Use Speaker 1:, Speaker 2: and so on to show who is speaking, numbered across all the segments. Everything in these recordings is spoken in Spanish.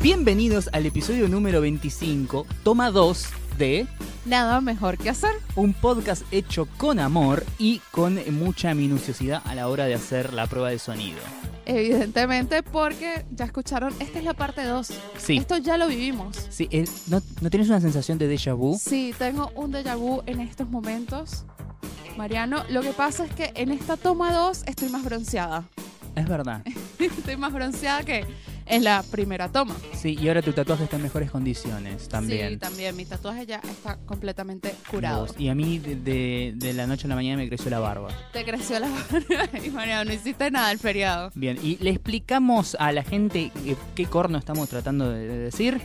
Speaker 1: Bienvenidos al episodio número 25, toma 2 de
Speaker 2: Nada mejor que hacer.
Speaker 1: un podcast hecho con amor y con mucha minuciosidad a la hora de hacer la prueba de sonido.
Speaker 2: Evidentemente, porque ya escucharon, esta es la parte 2.
Speaker 1: Sí,
Speaker 2: Esto ya lo vivimos.
Speaker 1: sí es- ¿no, ¿no tienes una sensación de déjà vu?
Speaker 2: Sí, tengo un déjà vu en estos momentos. Mariano, lo que pasa es que en esta toma 2 estoy más bronceada.
Speaker 1: Es verdad.
Speaker 2: Estoy más bronceada que en la primera toma.
Speaker 1: Sí, y ahora tu tatuaje está en mejores condiciones también.
Speaker 2: Sí, también. Mi tatuaje ya está completamente curado.
Speaker 1: Vos. Y a mí de, de- de la noche a la mañana me creció la barba.
Speaker 2: Te creció la barba y Mariano, no hiciste nada el feriado.
Speaker 1: Bien, y le explicamos a la gente eh, qué corno estamos tratando de de decir.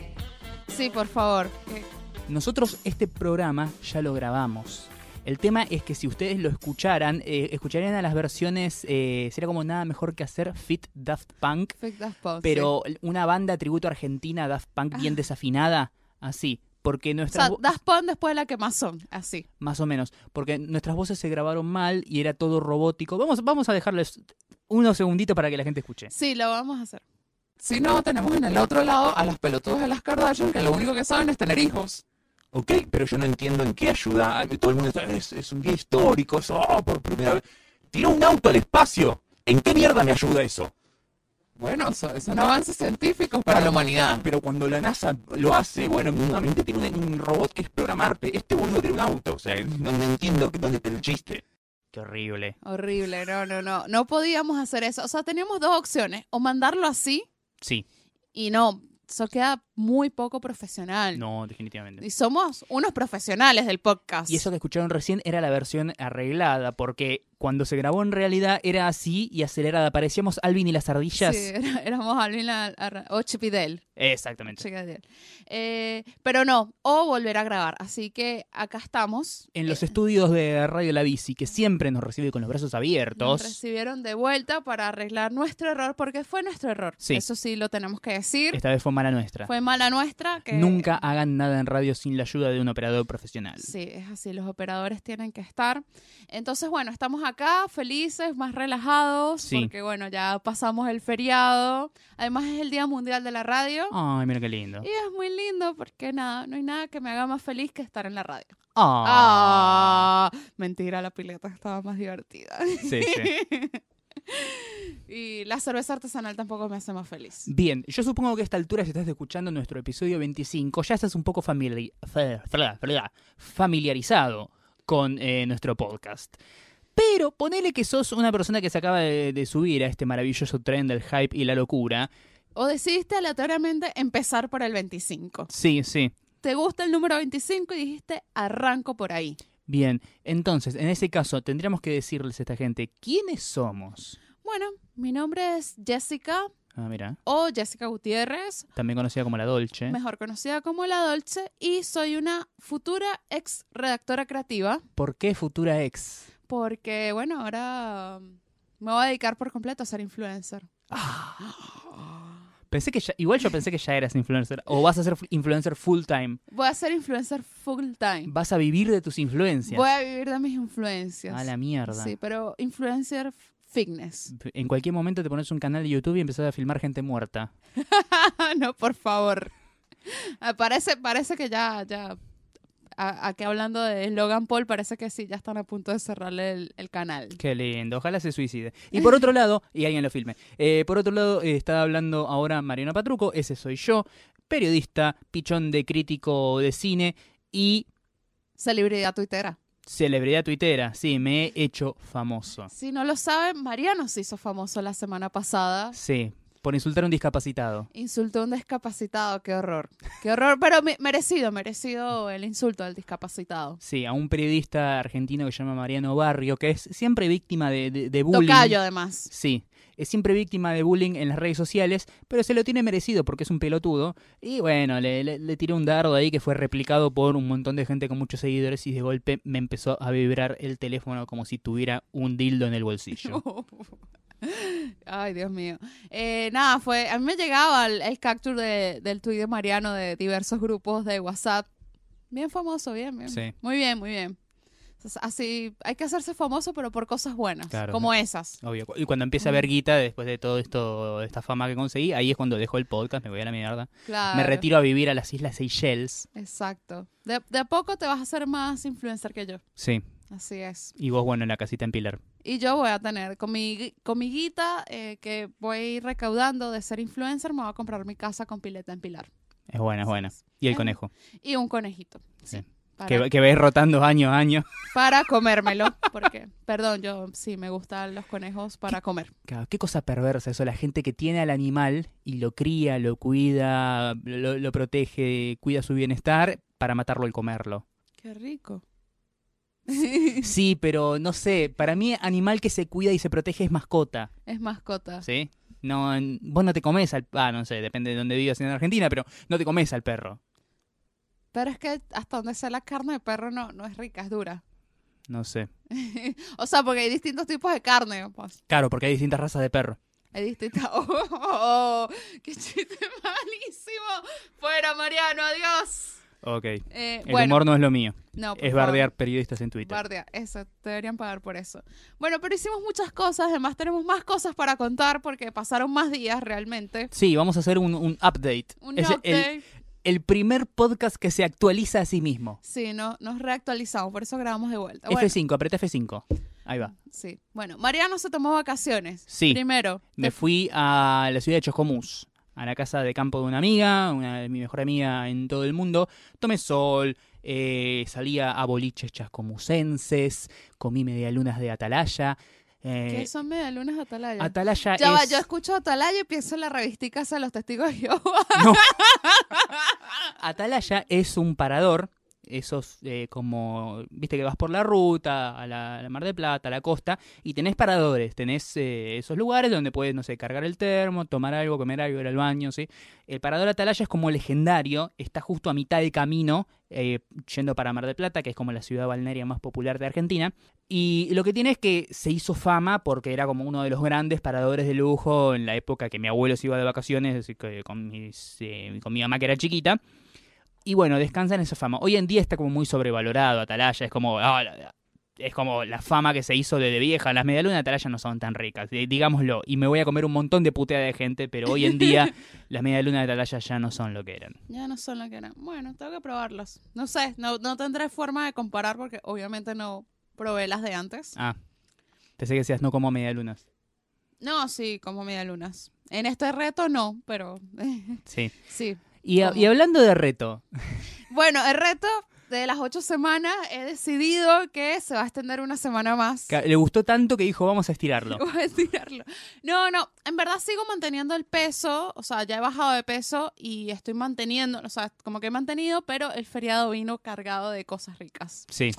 Speaker 2: Sí, por favor. que-
Speaker 1: Nosotros este programa ya lo grabamos. El tema es que si ustedes lo escucharan, eh, escucharían a las versiones, eh, sería como nada mejor que hacer Fit Daft Punk,
Speaker 2: Fake Daft Punk, sí.
Speaker 1: pero una banda tributo argentina Daft Punk bien desafinada, así, porque
Speaker 2: O sea,
Speaker 1: nuestras vo-
Speaker 2: Daft Punk después de la quemazón, así.
Speaker 1: más o menos, porque nuestras voces se grabaron mal y era todo robótico. Vamos, vamos a dejarles unos segunditos para que la gente escuche.
Speaker 2: Sí, lo vamos a hacer.
Speaker 3: Si no, tenemos en el otro lado a las pelotudas de las Kardashian que lo único que saben es tener hijos.
Speaker 4: Ok, pero yo no entiendo en qué ayuda. Ay, Todo el mundo está, es, es un día histórico, eso, oh, por primera vez. Tiró un auto al espacio. ¿En qué mierda me ayuda eso?
Speaker 3: Bueno, so- son avances científicos para la humanidad.
Speaker 4: Pero cuando la NASA lo hace, bueno, mínimamente tiene un, un robot que es programarte. Este boludo tiene un auto. O sea, no, no entiendo que- dónde está el chiste.
Speaker 1: Qué horrible.
Speaker 2: Horrible, no, no, no. No podíamos hacer eso. O sea, teníamos dos opciones. O mandarlo así
Speaker 1: Sí,
Speaker 2: y no. Eso queda muy poco profesional.
Speaker 1: no, definitivamente.
Speaker 2: Y somos unos profesionales del podcast.
Speaker 1: Y eso que escucharon recién era la versión arreglada, porque cuando se grabó en realidad era así y acelerada. Parecíamos Alvin y las ardillas.
Speaker 2: Sí, era- éramos Alvin la- la- o Chipidel.
Speaker 1: Exactamente.
Speaker 2: Chipidel. Eh, pero no, o volver a grabar. Así que acá estamos.
Speaker 1: En los
Speaker 2: Eh,
Speaker 1: estudios de Radio La Bici, que siempre nos recibe con los brazos
Speaker 2: nos
Speaker 1: abiertos.
Speaker 2: recibieron de vuelta para arreglar nuestro error, porque fue nuestro error.
Speaker 1: Sí.
Speaker 2: Eso sí lo tenemos que decir.
Speaker 1: Esta vez fue mala nuestra.
Speaker 2: Fue mala nuestra. Que...
Speaker 1: Nunca hagan nada en radio sin la ayuda de un operador profesional.
Speaker 2: Sí, es así, los operadores tienen que estar. Entonces, bueno, estamos acá felices, más relajados,
Speaker 1: Sí.
Speaker 2: porque bueno, ya pasamos el feriado. Además es el Día Mundial de la Radio.
Speaker 1: Ay, Ah, mira qué lindo.
Speaker 2: Y es muy lindo porque nada, no hay nada que me haga más feliz que estar en la radio.
Speaker 1: Ah.
Speaker 2: Ah, mentira, la pileta estaba más divertida.
Speaker 1: Sí, sí.
Speaker 2: y la cerveza artesanal tampoco me hace más feliz.
Speaker 1: Bien, yo supongo que a esta altura, si estás escuchando nuestro episodio 25, ya estás un poco famili- fe- fra- fra- familiarizado con eh, nuestro podcast. Pero ponele que sos una persona que se acaba de, de subir a este maravilloso tren del hype y la locura.
Speaker 2: O decidiste aleatoriamente empezar por el 25.
Speaker 1: Sí, sí.
Speaker 2: Te gusta el número 25 y dijiste arranco por ahí.
Speaker 1: Bien, entonces, en ese caso, tendríamos que decirles a esta gente, ¿quiénes somos?
Speaker 2: Bueno, mi nombre es Jessica
Speaker 1: Ah, mira,
Speaker 2: o Jessica Gutiérrez,
Speaker 1: también conocida como la Dolce.
Speaker 2: mejor conocida como La Dolce, y soy una futura ex redactora creativa
Speaker 1: ¿Por qué futura ex?
Speaker 2: porque, bueno, ahora um, me voy a dedicar por completo a ser influencer.
Speaker 1: Pensé que ya, igual yo pensé que ya eras influencer, o vas a ser fu- influencer full time.
Speaker 2: Voy a ser influencer full time.
Speaker 1: Vas a vivir de tus influencias.
Speaker 2: Voy a vivir de mis influencias.
Speaker 1: A la mierda.
Speaker 2: Sí, pero influencer f- fitness.
Speaker 1: En cualquier momento te pones un canal de YouTube y empezás a filmar gente muerta. Mm.
Speaker 2: no, por favor. Ah, Parece, parece que ya, ya, a- aquí hablando de Logan Paul, parece que sí, ya están a punto de cerrarle el, el canal.
Speaker 1: Qué lindo, ojalá se suicide. Y por otro lado, y alguien lo filme. Eh, por otro lado, eh, está hablando ahora Mariano Patruco, ese soy yo, periodista, pichón de crítico de cine y
Speaker 2: Celebridad tuitera.
Speaker 1: celebridad tuitera. Sí, me he hecho famoso.
Speaker 2: Si no lo saben, Mariano se hizo famoso la semana pasada.
Speaker 1: Sí, por insultar a un discapacitado.
Speaker 2: Insultó a un discapacitado, qué horror. Qué horror, pero me- merecido, merecido el insulto al discapacitado.
Speaker 1: Sí, a un periodista argentino que se llama Mariano Barrio, que es siempre víctima de, de- de bullying.
Speaker 2: Tocayo, además.
Speaker 1: Sí, es siempre víctima de bullying en las redes sociales, pero se lo tiene merecido porque es un pelotudo. Y bueno, le, le, le tiré un dardo ahí que fue replicado por un montón de gente con muchos seguidores y de golpe me empezó a vibrar el teléfono como si tuviera un dildo en el bolsillo.
Speaker 2: Ay, Dios mío. Eh, nada, fue. A mí me llegaba el, el capture de- del tuit de Mariano de diversos grupos de WhatsApp. Bien famoso, bien, bien.
Speaker 1: Sí.
Speaker 2: Muy bien, muy bien. Entonces, así, hay que hacerse famoso, pero por cosas buenas,
Speaker 1: Claro,
Speaker 2: como
Speaker 1: ¿no?
Speaker 2: esas.
Speaker 1: Obvio. Y cuando empieza a ver guita, después de todo esto, esta fama que conseguí, ahí es cuando dejo el podcast, me voy a la mierda.
Speaker 2: Claro.
Speaker 1: Me retiro a vivir a las Islas Seychelles.
Speaker 2: Exacto. De, de a poco te vas a hacer más influencer que yo.
Speaker 1: Sí.
Speaker 2: Así es.
Speaker 1: Y vos, bueno, en la casita en Pilar.
Speaker 2: Y yo voy a tener con mi, gui- con mi guita eh, que voy recaudando de ser influencer, me voy a comprar mi casa con pileta en Pilar.
Speaker 1: Es buena, es buena. Y el conejo,
Speaker 2: Y un conejito. Sí.
Speaker 1: Sí.
Speaker 2: Para,
Speaker 1: que, que ves rotando año a año.
Speaker 2: para comérmelo. Porque, perdón, yo sí me gustan los conejos para comer.
Speaker 1: Claro, qué cosa perversa eso, la gente que tiene al animal y lo cría, lo cuida, lo, lo protege, cuida su bienestar para matarlo al comerlo.
Speaker 2: Qué rico.
Speaker 1: Sí, pero no sé, para mí animal que se cuida y se protege es mascota,
Speaker 2: es mascota.
Speaker 1: ¿sí? No, en- vos no te comes al... Ah, no sé, depende de dónde vivas en Argentina, pero no te comes al perro.
Speaker 2: Pero es que hasta donde sea la carne de perro no, no es rica, es dura.
Speaker 1: No sé.
Speaker 2: o sea, porque hay distintos tipos de carne. Pues.
Speaker 1: Claro, porque hay distintas razas de perro.
Speaker 2: Hay distintas. ¡Oh! oh, oh! ¡Qué chiste malísimo! Fuera, Mariano, adiós.
Speaker 1: Ok. El
Speaker 2: Eh, bueno,
Speaker 1: humor no es lo mío.
Speaker 2: no, por
Speaker 1: Es
Speaker 2: favor.
Speaker 1: bardear periodistas en Twitter.
Speaker 2: Bardea, eso, te deberían pagar por eso. Bueno, pero hicimos muchas cosas, además tenemos más cosas para contar porque pasaron más días realmente.
Speaker 1: Sí, vamos a hacer un, un update.
Speaker 2: Un
Speaker 1: Es el-
Speaker 2: update.
Speaker 1: el primer podcast que se actualiza a sí mismo.
Speaker 2: Sí, no, nos reactualizamos, por eso grabamos de vuelta. Bueno,
Speaker 1: F5, aprieta F5. Ahí va.
Speaker 2: sí. Bueno, Mariano se tomó vacaciones.
Speaker 1: Sí.
Speaker 2: Primero.
Speaker 1: Me
Speaker 2: te-
Speaker 1: fui a la ciudad de Choscomús, a la casa de campo de una amiga, una de mi mejor amiga en todo el mundo. Tomé sol, eh, salía a boliches chascomusenses, comí medialunas de atalaya. eh,
Speaker 2: ¿Qué son medialunas atalaya?
Speaker 1: atalaya
Speaker 2: ya va,
Speaker 1: es-
Speaker 2: yo escucho Atalaya y pienso en la revistica esa de los testigos de Jehová.
Speaker 1: No. Atalaya es un parador. Esos, eh, como, viste que vas por la ruta, a la, a la Mar de Plata, a la costa, y tenés paradores, tenés eh, esos lugares donde puedes, no sé, cargar el termo, tomar algo, comer algo, ir al baño, ¿sí? El parador Atalaya es como legendario, está justo a mitad de camino, eh, yendo para Mar de Plata, que es como la ciudad balnearia más popular de Argentina, y lo que tiene es que se hizo fama porque era como uno de los grandes paradores de lujo en la época que mi abuelo se iba de vacaciones, así que con, mis, eh, con mi mamá que era chiquita. Y bueno, descansa en esa fama. Hoy en día está como muy sobrevalorado Atalaya, es como... ah, la- la- es como la fama que se hizo desde vieja. Las medialunas de Atalaya no son tan ricas, di- digámoslo. Y me voy a comer un montón de puteada de gente, pero hoy en día las medialunas de Atalaya ya no son lo que eran.
Speaker 2: Ya no son lo que eran. Bueno, tengo que probarlos. No sé, no, no tendré forma de comparar porque obviamente no probé las de antes.
Speaker 1: Ah, pensé que decías no como medialunas.
Speaker 2: No, sí, como medialunas. En este reto no, pero eh,
Speaker 1: Sí.
Speaker 2: sí.
Speaker 1: Y, a- y hablando de reto,
Speaker 2: Bueno, el reto de las ocho semanas he decidido que se va a extender una semana más.
Speaker 1: Ca- Le gustó tanto que dijo, vamos a estirarlo.
Speaker 2: Voy a estirarlo. No, no, en verdad sigo manteniendo el peso, o sea, ya he bajado de peso y estoy manteniendo, o sea, como que he mantenido, pero el feriado vino cargado de cosas ricas.
Speaker 1: Sí,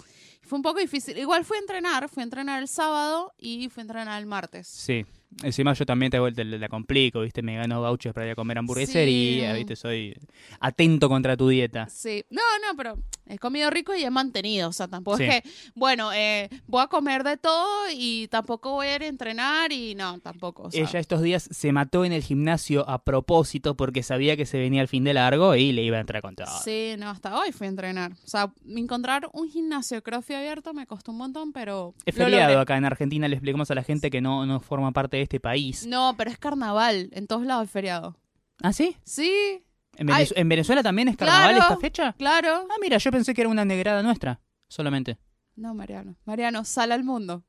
Speaker 2: Fue un poco difícil. Igual fui a entrenar, fui a entrenar el sábado y fui a entrenar el martes.
Speaker 1: sí. Encima yo también te, te- la complico, ¿viste? Me gano vouchers para ir a comer hamburguesería,
Speaker 2: Sí.
Speaker 1: ¿viste? Soy atento contra tu dieta.
Speaker 2: Sí, no, no, pero he comido rico y he mantenido, o sea, tampoco
Speaker 1: Sí.
Speaker 2: es que, bueno, eh, voy a comer de todo y tampoco voy a ir a entrenar y no, tampoco. o sea.
Speaker 1: Ella estos días se mató en el gimnasio a propósito porque sabía que se venía el fin de largo y le iba a entrar con todo.
Speaker 2: Sí, no, hasta hoy fui a entrenar. O sea, encontrar un gimnasio crossfit abierto me costó un montón, pero.
Speaker 1: Es
Speaker 2: lo
Speaker 1: feriado
Speaker 2: logré.
Speaker 1: acá en Argentina, le explicamos a la gente que no, no forma parte de este país.
Speaker 2: No, pero es carnaval. En todos lados es feriado.
Speaker 1: ¿Ah, sí?
Speaker 2: Sí,
Speaker 1: ¿En,
Speaker 2: Ay.
Speaker 1: Venez- en Venezuela también es carnaval
Speaker 2: Claro.
Speaker 1: esta fecha?
Speaker 2: claro.
Speaker 1: Ah, mira, yo pensé que era una negrada nuestra, solamente.
Speaker 2: No, Mariano. Mariano, sal al mundo.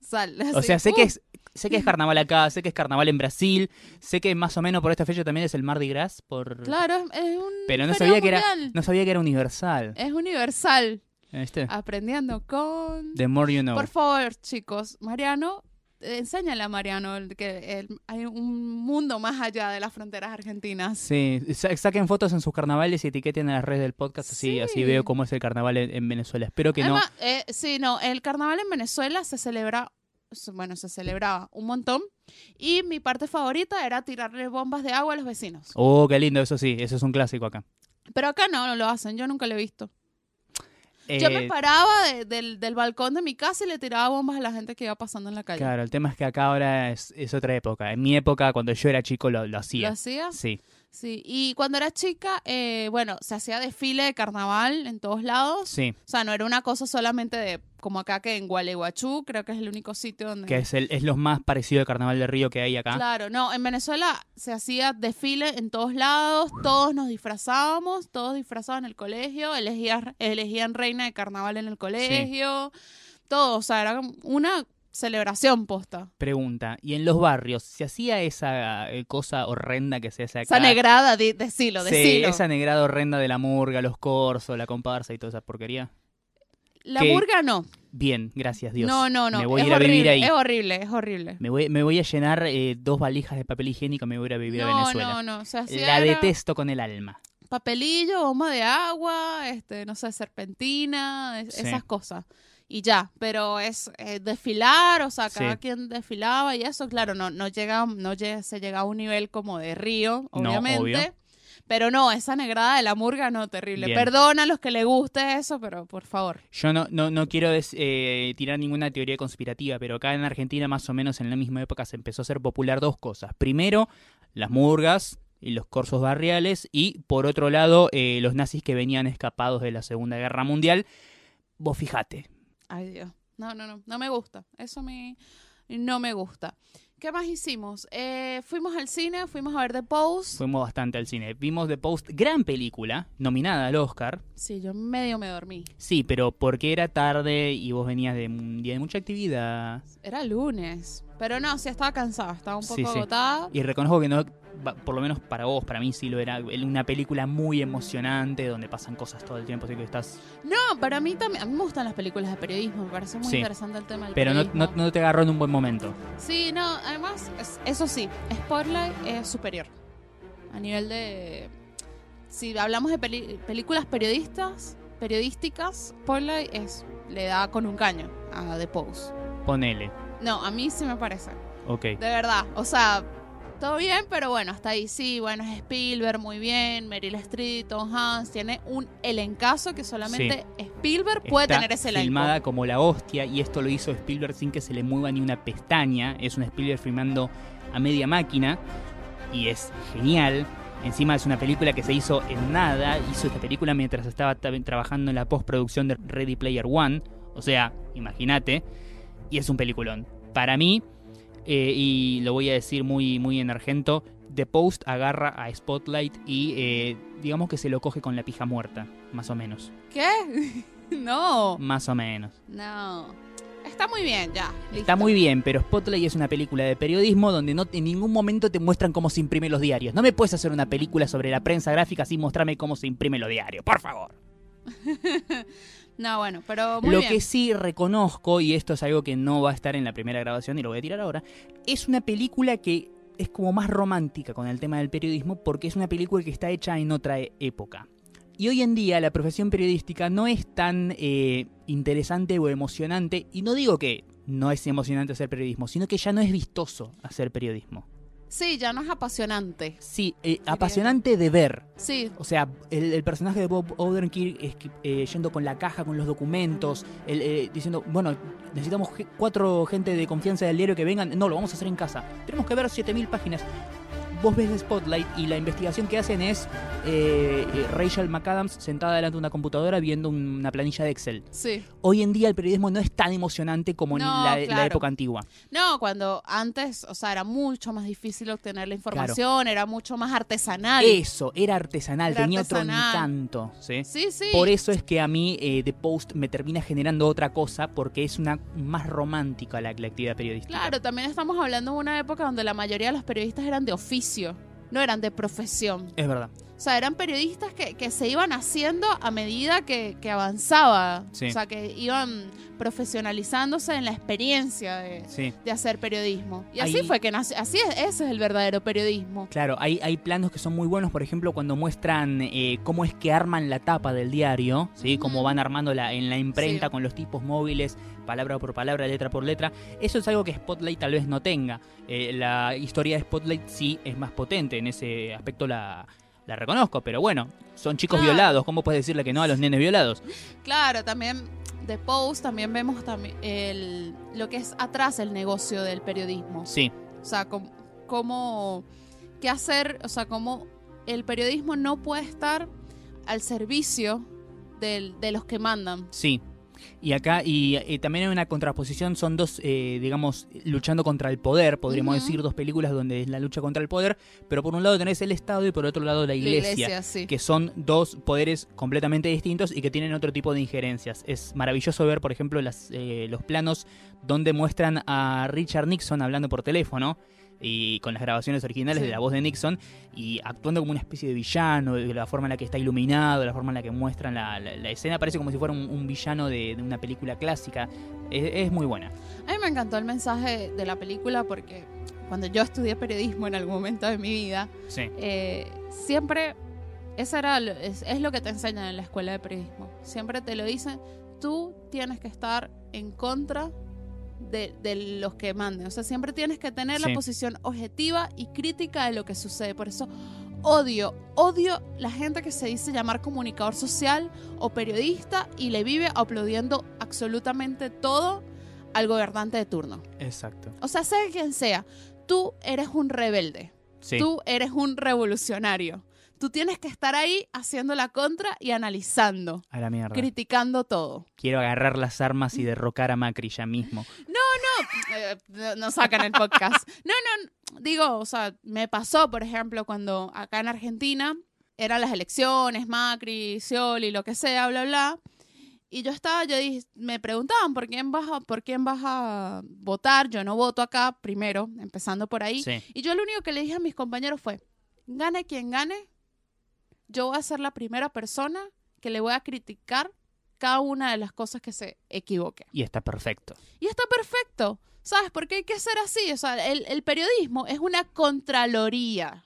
Speaker 2: Sal.
Speaker 1: O
Speaker 2: así,
Speaker 1: sea, sé que,
Speaker 2: ¡uh!
Speaker 1: es, sé que es carnaval acá, sé que es carnaval en Brasil, sé que más o menos por esta fecha también es el Mardi Gras, por...
Speaker 2: Claro, es, es un.
Speaker 1: pero no
Speaker 2: feriado
Speaker 1: sabía, que era,
Speaker 2: mundial.
Speaker 1: no sabía que era universal.
Speaker 2: Es universal.
Speaker 1: ¿Viste?
Speaker 2: Aprendiendo con.
Speaker 1: The more you know.
Speaker 2: Eh, Por favor, chicos, Mariano. eh, Enséñale a Mariano el- que el- hay un mundo más allá de las fronteras argentinas.
Speaker 1: Sí, sa- saquen fotos en sus carnavales y etiqueten a las redes del podcast, así,
Speaker 2: Sí.
Speaker 1: así veo cómo es el carnaval en, en Venezuela. Espero que no.
Speaker 2: Además, eh, sí, no, el carnaval en Venezuela se celebra, se- bueno, se celebraba un montón. Y mi parte favorita era tirarle bombas de agua a los vecinos.
Speaker 1: Oh, qué lindo, eso sí, eso es un clásico acá.
Speaker 2: Pero acá no, no lo hacen, yo nunca lo he visto.
Speaker 1: Eh,
Speaker 2: Yo me paraba de- del, del balcón de mi casa y le tiraba bombas a la gente que iba pasando en la calle.
Speaker 1: Claro, el tema es que acá ahora es, es otra época. En mi época, cuando yo era chico, lo, lo
Speaker 2: ¿Lo
Speaker 1: hacía.
Speaker 2: hacías?
Speaker 1: Sí.
Speaker 2: Sí. Y cuando era chica, eh, bueno, se hacía desfile de carnaval en todos lados.
Speaker 1: Sí,
Speaker 2: O sea, no era una cosa solamente de como acá que en Gualeguaychú, creo que es el único sitio donde...
Speaker 1: Que es, ¿ah? el, es lo más parecido al Carnaval de Río que hay acá.
Speaker 2: Claro, no, en Venezuela se hacía desfile en todos lados, todos nos disfrazábamos, todos disfrazados en el colegio, elegían, elegían reina de carnaval en el colegio, todo, o sea, era como una celebración posta.
Speaker 1: Pregunta, ¿y en los barrios se hacía esa eh, cosa horrenda que se hace acá?
Speaker 2: Esa negrada, di- decilo,
Speaker 1: Sí,
Speaker 2: decilo.
Speaker 1: esa negrada horrenda de la murga, los corsos, la comparsa y toda esa porquería.
Speaker 2: La
Speaker 1: que-
Speaker 2: burga no.
Speaker 1: Bien, gracias Dios.
Speaker 2: No, no, no.
Speaker 1: Me voy a
Speaker 2: es
Speaker 1: ir a vivir
Speaker 2: horrible,
Speaker 1: ahí.
Speaker 2: Es horrible, es horrible.
Speaker 1: Me voy, me voy a llenar eh, dos valijas de papel higiénico y me voy a ir a vivir a
Speaker 2: No,
Speaker 1: Venezuela.
Speaker 2: no, no. O sea, así
Speaker 1: la
Speaker 2: era
Speaker 1: detesto con el alma.
Speaker 2: papelillo, bomba de agua, este, no sé, serpentina, es-
Speaker 1: Sí.
Speaker 2: esas cosas. Y ya, pero es eh, desfilar, o sea, cada
Speaker 1: Sí.
Speaker 2: quien desfilaba y eso, claro, no, no llega, no lle- se llega a un nivel como de río,
Speaker 1: No,
Speaker 2: obviamente.
Speaker 1: obvio.
Speaker 2: Pero no, esa negrada de la murga, no, terrible.
Speaker 1: Bien.
Speaker 2: Perdona a los que le guste eso, pero por favor.
Speaker 1: Yo no, no, no quiero des- eh, tirar ninguna teoría conspirativa, pero acá en Argentina más o menos en la misma época se empezó a hacer popular dos cosas. Primero, las murgas y los corsos barriales y por otro lado eh, los nazis que venían escapados de la Segunda Guerra Mundial. Vos fijate.
Speaker 2: Ay, Dios. No, no, no. No me gusta. Eso me... no me gusta. ¿Qué más hicimos? Eh, fuimos al cine, fuimos a ver The Post.
Speaker 1: Fuimos bastante al cine. Vimos The Post, gran película, nominada al Oscar.
Speaker 2: Sí, yo medio me dormí.
Speaker 1: Sí, pero porque era tarde y vos venías de un día de mucha actividad.
Speaker 2: Era lunes. Pero no, sí, estaba cansada. Estaba un poco
Speaker 1: Sí, sí.
Speaker 2: agotada.
Speaker 1: Y reconozco que no, va- por lo menos para vos, para mí sí lo era. el- Una película muy emocionante donde pasan cosas todo el tiempo, así que estás.
Speaker 2: No, pero a mí también... A mí me gustan las películas de periodismo. Me parece muy
Speaker 1: Sí.
Speaker 2: interesante el tema del
Speaker 1: Pero no,
Speaker 2: periodismo.
Speaker 1: no- no te agarró en un buen momento.
Speaker 2: Sí, no. Además, es- eso sí. Spotlight es superior. A nivel de... Si hablamos de peli- películas periodistas, periodísticas, Spotlight es, le da con un caño a The Post.
Speaker 1: Ponele.
Speaker 2: No, a mí sí me parece.
Speaker 1: Ok.
Speaker 2: De verdad. O sea, todo bien, pero bueno, hasta ahí sí. Bueno, es Spielberg, muy bien. Meryl Streep, Tom Hanks. Tiene un elencazo que solamente Spielberg puede
Speaker 1: Está
Speaker 2: tener ese elenco.
Speaker 1: filmada como la hostia y esto lo hizo Spielberg sin que se le mueva ni una pestaña. Es un Spielberg filmando a media máquina y es genial. Encima es una película que se hizo en nada. Hizo esta película mientras estaba tab- trabajando en la postproducción de Ready Player One. O sea, imagínate. Y es un peliculón. Para mí, eh, y lo voy a decir muy, muy en argento, The Post agarra a Spotlight y eh, digamos que se lo coge con la pija muerta. Más o menos.
Speaker 2: ¿Qué? no.
Speaker 1: Más o menos.
Speaker 2: No. Está muy bien, ya.
Speaker 1: Está
Speaker 2: listo.
Speaker 1: muy bien, pero Spotlight es una película de periodismo donde no, en ningún momento te muestran cómo se imprimen los diarios. No me puedes hacer una película sobre la prensa gráfica sin mostrarme cómo se imprimen los diarios, por favor.
Speaker 2: No, bueno, pero Oh, muy
Speaker 1: Lo
Speaker 2: bien.
Speaker 1: que sí reconozco, y esto es algo que no va a estar en la primera grabación y lo voy a tirar ahora, es una película que es como más romántica con el tema del periodismo porque es una película que está hecha en otra e- época. Y hoy en día la profesión periodística no es tan eh, interesante o emocionante, y no digo que no es emocionante hacer periodismo, sino que ya no es vistoso hacer periodismo.
Speaker 2: Sí, ya no es apasionante.
Speaker 1: Sí, eh, apasionante de ver,
Speaker 2: Sí.
Speaker 1: o sea, el, el personaje de Bob Odenkirk es que, eh, yendo con la caja, con los documentos, el, eh, diciendo, bueno, necesitamos ge- cuatro gente de confianza del diario que vengan. No, lo vamos a hacer en casa. Tenemos que ver 7.000 páginas. Vos ves The Spotlight y la investigación que hacen es eh, eh, Rachel McAdams sentada delante de una computadora viendo una planilla de Excel.
Speaker 2: Sí.
Speaker 1: Hoy en día el periodismo no es tan emocionante como en
Speaker 2: No,
Speaker 1: la, la
Speaker 2: claro.
Speaker 1: época antigua.
Speaker 2: No, cuando antes, o sea, era mucho más difícil obtener la información, era mucho más artesanal.
Speaker 1: Eso, era artesanal,
Speaker 2: Era
Speaker 1: tenía
Speaker 2: artesanal.
Speaker 1: otro encanto. ¿sí?
Speaker 2: Sí, sí.
Speaker 1: Por eso es que a mí eh, The Post me termina generando otra cosa porque es una más romántica la, la actividad periodística.
Speaker 2: Claro, también estamos hablando de una época donde la mayoría de los periodistas eran de oficio, no eran de profesión.
Speaker 1: Es verdad.
Speaker 2: O sea, eran periodistas que, que se iban haciendo a medida que, que avanzaba.
Speaker 1: Sí.
Speaker 2: O sea, que iban profesionalizándose en la experiencia de,
Speaker 1: Sí.
Speaker 2: de hacer periodismo. Y así
Speaker 1: Ahí-
Speaker 2: fue que nació, así es, ese es el verdadero periodismo.
Speaker 1: Claro, hay, hay planos que son muy buenos, por ejemplo, cuando muestran eh, cómo es que arman la tapa del diario, ¿sí? cómo van armando la, en la imprenta
Speaker 2: Sí.
Speaker 1: con los tipos móviles, palabra por palabra, letra por letra. Eso es algo que Spotlight tal vez no tenga. Eh, la historia de Spotlight sí es más potente, en ese aspecto la, la reconozco, pero bueno, son chicos
Speaker 2: Claro.
Speaker 1: violados, ¿cómo puedes decirle que no a los nenes violados?
Speaker 2: Claro, también de Post también vemos también el, lo que es atrás el negocio del periodismo.
Speaker 1: Sí,
Speaker 2: O sea, com- cómo, qué hacer, o sea, cómo el periodismo no puede estar al servicio del- de los que mandan.
Speaker 1: sí. Y acá, y, eh, también hay una contraposición, son dos, eh, digamos, luchando contra el poder, podríamos
Speaker 2: Ujú.
Speaker 1: decir, dos películas donde es la lucha contra el poder, pero por un lado tenés el Estado y por otro lado la
Speaker 2: La
Speaker 1: iglesia,
Speaker 2: iglesia, sí.
Speaker 1: que son dos poderes completamente distintos y que tienen otro tipo de injerencias. Es maravilloso ver, por ejemplo, las, eh, los planos donde muestran a Richard Nixon hablando por teléfono y con las grabaciones originales
Speaker 2: Sí.
Speaker 1: de la voz de Nixon y actuando como una especie de villano, de la forma en la que está iluminado, la forma en la que muestran la, la- la escena, parece como si fuera un, un villano de, de una película clásica. Es, es muy buena.
Speaker 2: A mí me encantó el mensaje de la película porque cuando yo estudié periodismo en algún momento de mi vida,
Speaker 1: Sí.
Speaker 2: eh, siempre esa era lo- es, es lo que te enseñan en la escuela de periodismo. Siempre te lo dicen, tú tienes que estar en contra de, de los que manden. O sea, siempre tienes que tener
Speaker 1: Sí.
Speaker 2: la posición objetiva y crítica de lo que sucede. Por eso odio, odio la gente que se dice llamar comunicador social o periodista y le vive aplaudiendo absolutamente todo al gobernante de turno.
Speaker 1: Exacto.
Speaker 2: O sea, sea quien sea, tú eres un rebelde.
Speaker 1: Sí.
Speaker 2: Tú eres un revolucionario. Tú tienes que estar ahí haciendo la contra y analizando,
Speaker 1: A la mierda.
Speaker 2: criticando todo.
Speaker 1: Quiero agarrar las armas y derrocar a Macri ya mismo.
Speaker 2: Eh, no- no sacan el podcast. No, no, digo, o sea, me pasó, por ejemplo, cuando acá en Argentina eran las elecciones, Macri, Scioli, lo que sea, bla, bla. Y yo estaba, yo dije, me preguntaban por quién vas a, por quién vas a votar. Yo no voto acá primero, empezando por ahí.
Speaker 1: Sí.
Speaker 2: Y yo lo único que le dije a mis compañeros fue, gane quien gane, yo voy a ser la primera persona que le voy a criticar cada una de las cosas que se equivoque.
Speaker 1: Y está perfecto.
Speaker 2: Y está perfecto, ¿sabes? Porque hay que ser así. O sea, el, el periodismo es una contraloría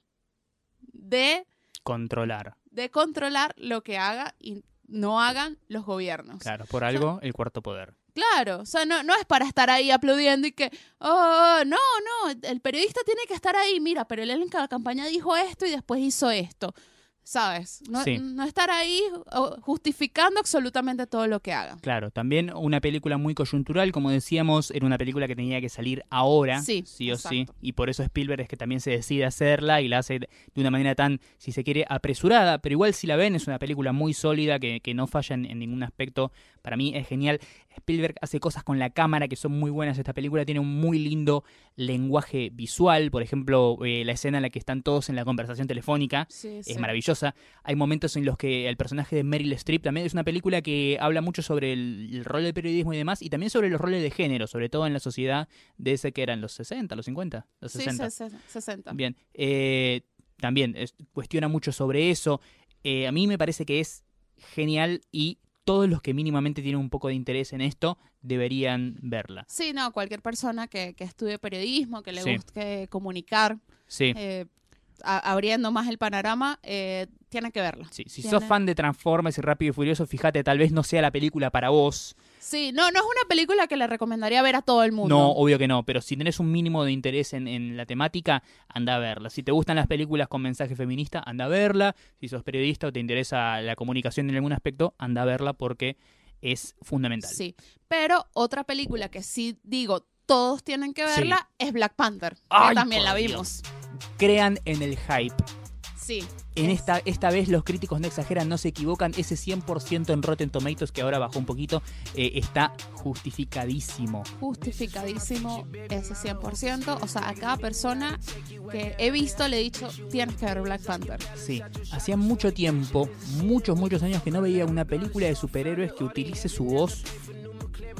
Speaker 2: de,
Speaker 1: Controlar.
Speaker 2: de controlar lo que haga y no hagan los gobiernos.
Speaker 1: Claro, por algo el cuarto poder.
Speaker 2: Claro, o sea, no, no es para estar ahí aplaudiendo y que, oh, no, no, el periodista tiene que estar ahí, mira, pero él en la campaña dijo esto y después hizo esto, ¿sabes? No,
Speaker 1: Sí.
Speaker 2: no estar ahí oh, justificando absolutamente todo lo que haga.
Speaker 1: Claro, también una película muy coyuntural, como decíamos, era una película que tenía que salir ahora, sí,
Speaker 2: Sí,
Speaker 1: o
Speaker 2: exacto.
Speaker 1: sí, y por eso Spielberg es que también se decide a hacerla y la hace de una manera tan, si se quiere, apresurada, pero igual si la ven es una película muy sólida que, que no falla en, en ningún aspecto, para mí es genial. Spielberg hace cosas con la cámara que son muy buenas, esta película tiene un muy lindo lenguaje visual, por ejemplo, eh, la escena en la que están todos en la conversación telefónica,
Speaker 2: Sí,
Speaker 1: es maravillosa. Hay momentos en los que el personaje de Meryl Streep también es una película que habla mucho sobre el, el rol del periodismo y demás, y también sobre los roles de género, sobre todo en la sociedad de ese que eran los 60, los 50, los 60.
Speaker 2: 60.
Speaker 1: Bien, Eh, también es- cuestiona mucho sobre eso. Eh, a mí me parece que es genial y todos los que mínimamente tienen un poco de interés en esto deberían verla.
Speaker 2: Sí, no, cualquier persona que, que estudie periodismo, que le
Speaker 1: Sí.
Speaker 2: guste comunicar,
Speaker 1: Sí.
Speaker 2: eh, a- abriendo más el panorama, eh, tiene que verla.
Speaker 1: Sí, si
Speaker 2: tiene-
Speaker 1: sos fan de Transformers y Rápido y Furioso, fíjate, tal vez no sea la película para vos,
Speaker 2: Sí, no, no es una película que le recomendaría ver a todo el mundo.
Speaker 1: No, obvio que no, pero si tenés un mínimo de interés en, en la temática, anda a verla. Si te gustan las películas con mensaje feminista, anda a verla. Si sos periodista o te interesa la comunicación en algún aspecto, anda a verla porque es fundamental.
Speaker 2: Sí, pero otra película que sí digo, todos tienen que
Speaker 1: Sí.
Speaker 2: verla, es Black Panther. que
Speaker 1: Ay,
Speaker 2: también
Speaker 1: por
Speaker 2: la
Speaker 1: Dios.
Speaker 2: vimos.
Speaker 1: Crean en el hype.
Speaker 2: Sí.
Speaker 1: En
Speaker 2: Es-
Speaker 1: esta, esta vez los críticos no exageran, no se equivocan. Ese 100% en Rotten Tomatoes, que ahora bajó un poquito, eh, está justificadísimo.
Speaker 2: Justificadísimo ese 100%. O sea, a cada persona que he visto le he dicho, tienes que ver Black Panther.
Speaker 1: Sí, hacía mucho tiempo, muchos, muchos años que no veía una película de superhéroes que utilice su voz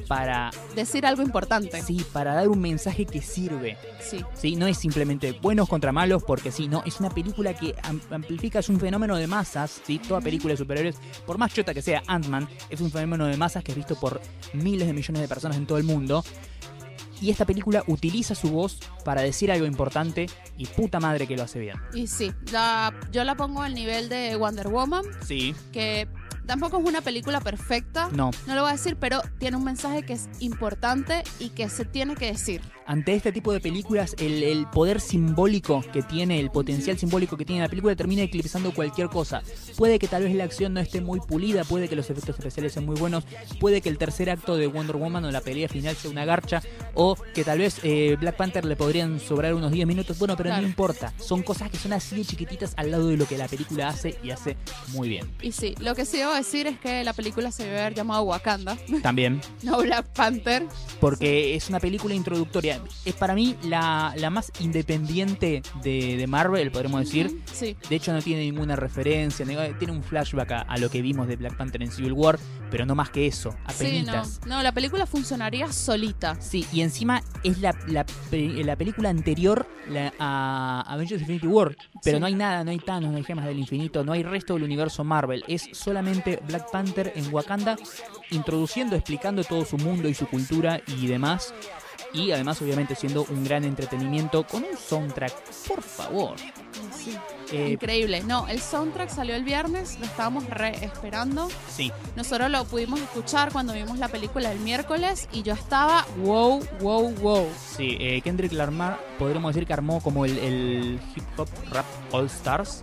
Speaker 1: para
Speaker 2: Decir algo importante.
Speaker 1: Sí, para dar un mensaje que sirve.
Speaker 2: Sí.
Speaker 1: Sí, no es simplemente buenos contra malos, porque sí, no, es una película que am- amplifica, es un fenómeno de masas, sí, toda película de superhéroes, por más chota que sea Ant-Man, es un fenómeno de masas que es visto por miles de millones de personas en todo el mundo. Y esta película utiliza su voz para decir algo importante y puta madre que lo hace bien.
Speaker 2: Y sí, la- yo la pongo al nivel de Wonder Woman,
Speaker 1: Sí.
Speaker 2: que tampoco es una película perfecta.
Speaker 1: No,
Speaker 2: No lo voy a decir, pero tiene un mensaje que es importante y que se tiene que decir.
Speaker 1: ante este tipo de películas, el, el poder simbólico que tiene, el potencial simbólico que tiene la película termina eclipsando cualquier cosa. Puede que tal vez la acción no esté muy pulida, puede que los efectos especiales sean muy buenos, puede que el tercer acto de Wonder Woman o la pelea final sea una garcha, o que tal vez eh, Black Panther le podrían sobrar unos 10 minutos. Bueno, pero
Speaker 2: Claro.
Speaker 1: no importa. Son cosas que son así de chiquititas al lado de lo que la película hace y hace muy bien.
Speaker 2: Y sí, lo que sí debo decir es que la película se debe haber llamado Wakanda,
Speaker 1: También.
Speaker 2: no Black Panther.
Speaker 1: porque es una película introductoria. Es para mí la, la más independiente de, de Marvel, podríamos decir.
Speaker 2: Sí,
Speaker 1: De hecho, no tiene ninguna referencia, ni- tiene un flashback a, a lo que vimos de Black Panther en Civil War, pero no más que eso,
Speaker 2: sí, no.
Speaker 1: apenitas.
Speaker 2: No, la película funcionaría solita.
Speaker 1: Sí, y encima es la, la pe- la película anterior la- a Avengers Infinity War. Pero
Speaker 2: Sí.
Speaker 1: no hay nada, no hay Thanos, no hay gemas del infinito, no hay resto del universo Marvel. Es solamente Black Panther en Wakanda, introduciendo, explicando todo su mundo y su cultura y demás. Y además, obviamente, siendo un gran entretenimiento con un soundtrack, por favor.
Speaker 2: Sí,
Speaker 1: Eh,
Speaker 2: Increíble. No, el soundtrack salió el viernes, lo estábamos re esperando.
Speaker 1: sí,
Speaker 2: Nosotros lo pudimos escuchar cuando vimos la película el miércoles y yo estaba wow, wow, wow.
Speaker 1: sí. eh, Kendrick Lamar, podríamos decir que armó como el, el hip hop rap All Stars.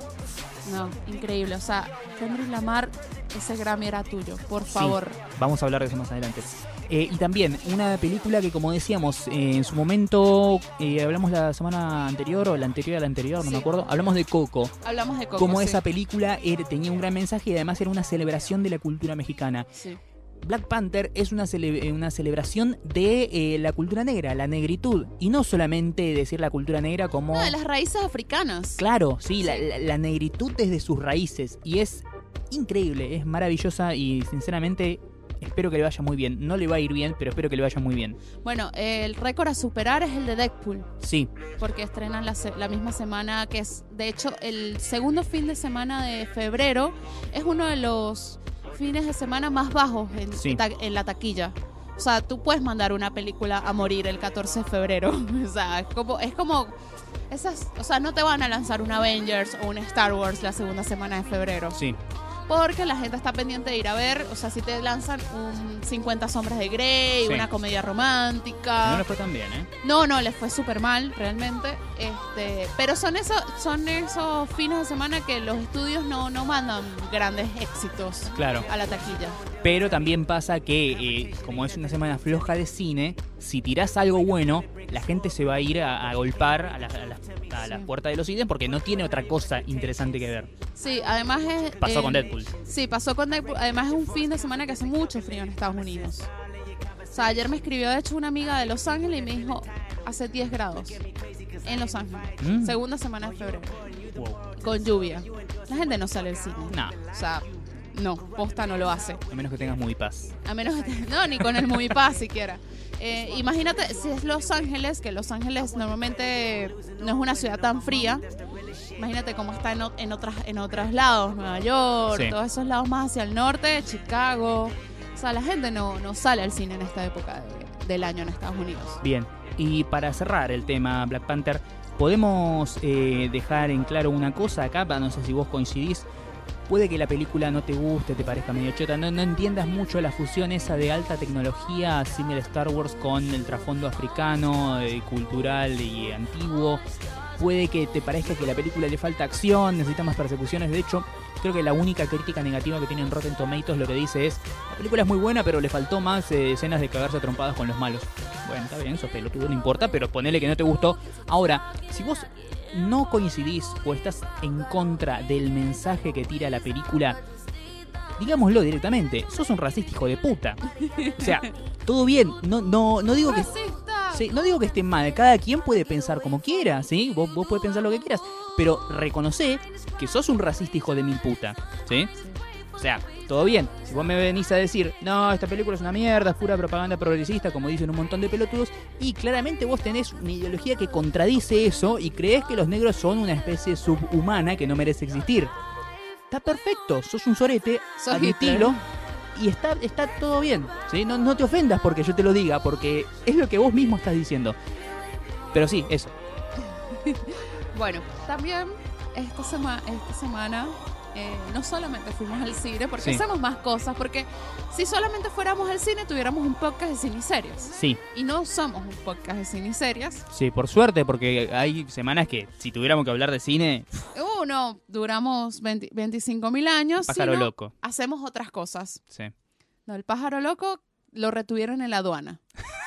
Speaker 2: No, increíble. O sea, Kendrick Lamar, ese Grammy era tuyo, por
Speaker 1: Sí.
Speaker 2: favor.
Speaker 1: Vamos a hablar de eso más adelante. Eh, y también una película que, como decíamos, eh, en su momento, eh, hablamos la semana anterior o la anterior a la anterior, no
Speaker 2: Sí.
Speaker 1: me acuerdo, hablamos de Coco.
Speaker 2: Hablamos de Coco.
Speaker 1: Como
Speaker 2: sí.
Speaker 1: esa película era- tenía un gran mensaje y además era una celebración de la cultura mexicana.
Speaker 2: Sí.
Speaker 1: Black Panther es una, cele- eh, una celebración de eh, la cultura negra, la negritud. Y no solamente decir la cultura negra como...
Speaker 2: No, de las raíces africanas.
Speaker 1: Claro, sí, la, la- la negritud desde sus raíces. Y es increíble, es maravillosa y sinceramente espero que le vaya muy bien. No le va a ir bien, pero espero que le vaya muy bien.
Speaker 2: Bueno, el récord a superar es el de Deadpool,
Speaker 1: Sí,
Speaker 2: porque estrenan la, se- la misma semana que es, de hecho, el segundo fin de semana de febrero es uno de los fines de semana más bajos en,
Speaker 1: Sí.
Speaker 2: ta- en la taquilla. O sea, tú puedes mandar una película a morir el 14 de febrero. O sea, es como, es como esas, o sea, no te van a lanzar un Avengers o un Star Wars la segunda semana de febrero.
Speaker 1: sí.
Speaker 2: Porque la gente está pendiente de ir a ver, o sea, si te lanzan un 50 sombras de Grey,
Speaker 1: Sí.
Speaker 2: una comedia romántica.
Speaker 1: No le fue tan bien, ¿eh?
Speaker 2: No, no, les fue súper mal, realmente. Este, pero son esos, son esos fines de semana que los estudios no, no mandan grandes éxitos
Speaker 1: Claro.
Speaker 2: a la taquilla.
Speaker 1: Pero también pasa que, eh, como es una semana floja de cine, si tirás algo bueno, la gente se va a ir a, a golpar a las
Speaker 2: Sí.
Speaker 1: puertas de los cines porque no tiene otra cosa interesante que ver.
Speaker 2: Sí, además es.
Speaker 1: Pasó
Speaker 2: eh,
Speaker 1: con Deadpool.
Speaker 2: Sí, pasó con Deadpool. Además es un fin de semana que hace mucho frío en Estados Unidos. O sea, ayer me escribió, de hecho, una amiga de Los Ángeles y me dijo, hace 10 grados en Los Ángeles.
Speaker 1: Mm.
Speaker 2: Segunda semana de febrero,
Speaker 1: Wow.
Speaker 2: con lluvia. La gente no sale al cine.
Speaker 1: No,
Speaker 2: O sea, no, posta no lo hace.
Speaker 1: a menos que tengas muy paz.
Speaker 2: A menos que te- no, ni con el Movie Pass siquiera. Eh, imagínate, si es Los Ángeles, que Los Ángeles normalmente no es una ciudad tan fría, imagínate cómo está en, o- en, otras, en otros lados, Nueva York,
Speaker 1: Sí.
Speaker 2: todos esos lados más hacia el norte, Chicago. O sea, la gente no, no sale al cine en esta época de- del año en Estados Unidos.
Speaker 1: Bien, y para cerrar el tema Black Panther, podemos eh, dejar en claro una cosa acá, pa- no sé si vos coincidís. Puede que la película no te guste, te parezca medio chota, no, no entiendas mucho la fusión esa de alta tecnología, cine de Star Wars con el trasfondo africano, eh, cultural y antiguo. Puede que te parezca que la película le falta acción, necesita más persecuciones. De hecho, creo que la única crítica negativa que tiene en Rotten Tomatoes lo que dice es: la película es muy buena, pero le faltó más eh, escenas de cagarse a trompadas con los malos. Bueno, está bien, sos pelotudo, no importa, pero ponele que no te gustó. Ahora, si vos no coincidís o estás en contra del mensaje que tira la película, digámoslo directamente, sos un racista hijo de puta. O sea, todo bien, no, no, no digo que...
Speaker 2: ¡Racista!
Speaker 1: sí, no digo que esté mal, cada quien puede pensar como quiera, ¿sí? Vos, vos puedes pensar lo que quieras, pero reconoce que sos un racista hijo de mil puta, ¿sí? O sea, todo bien. Si vos me venís a decir, no, esta película es una mierda, es pura propaganda progresista, como dicen un montón de pelotudos, y claramente vos tenés una ideología que contradice eso y crees que los negros son una especie subhumana que no merece existir. Está perfecto, sos un sorete,
Speaker 2: Sos
Speaker 1: admitilo. Y está, está todo bien, ¿sí? No, no te ofendas porque yo te lo diga, porque es lo que vos mismo estás diciendo. Pero sí, eso.
Speaker 2: Bueno, también esta, sema- esta semana eh, no solamente fuimos al cine, porque
Speaker 1: Sí.
Speaker 2: hacemos más cosas, porque si solamente fuéramos al cine tuviéramos un podcast de cine y series.
Speaker 1: Sí,
Speaker 2: Y no somos un podcast de cine y series.
Speaker 1: sí, por suerte, porque hay semanas que si tuviéramos que hablar de cine,
Speaker 2: Uno, duramos 20 25 mil años,
Speaker 1: pájaro
Speaker 2: sino
Speaker 1: loco.
Speaker 2: hacemos otras cosas.
Speaker 1: Sí.
Speaker 2: No, el pájaro loco lo retuvieron en la aduana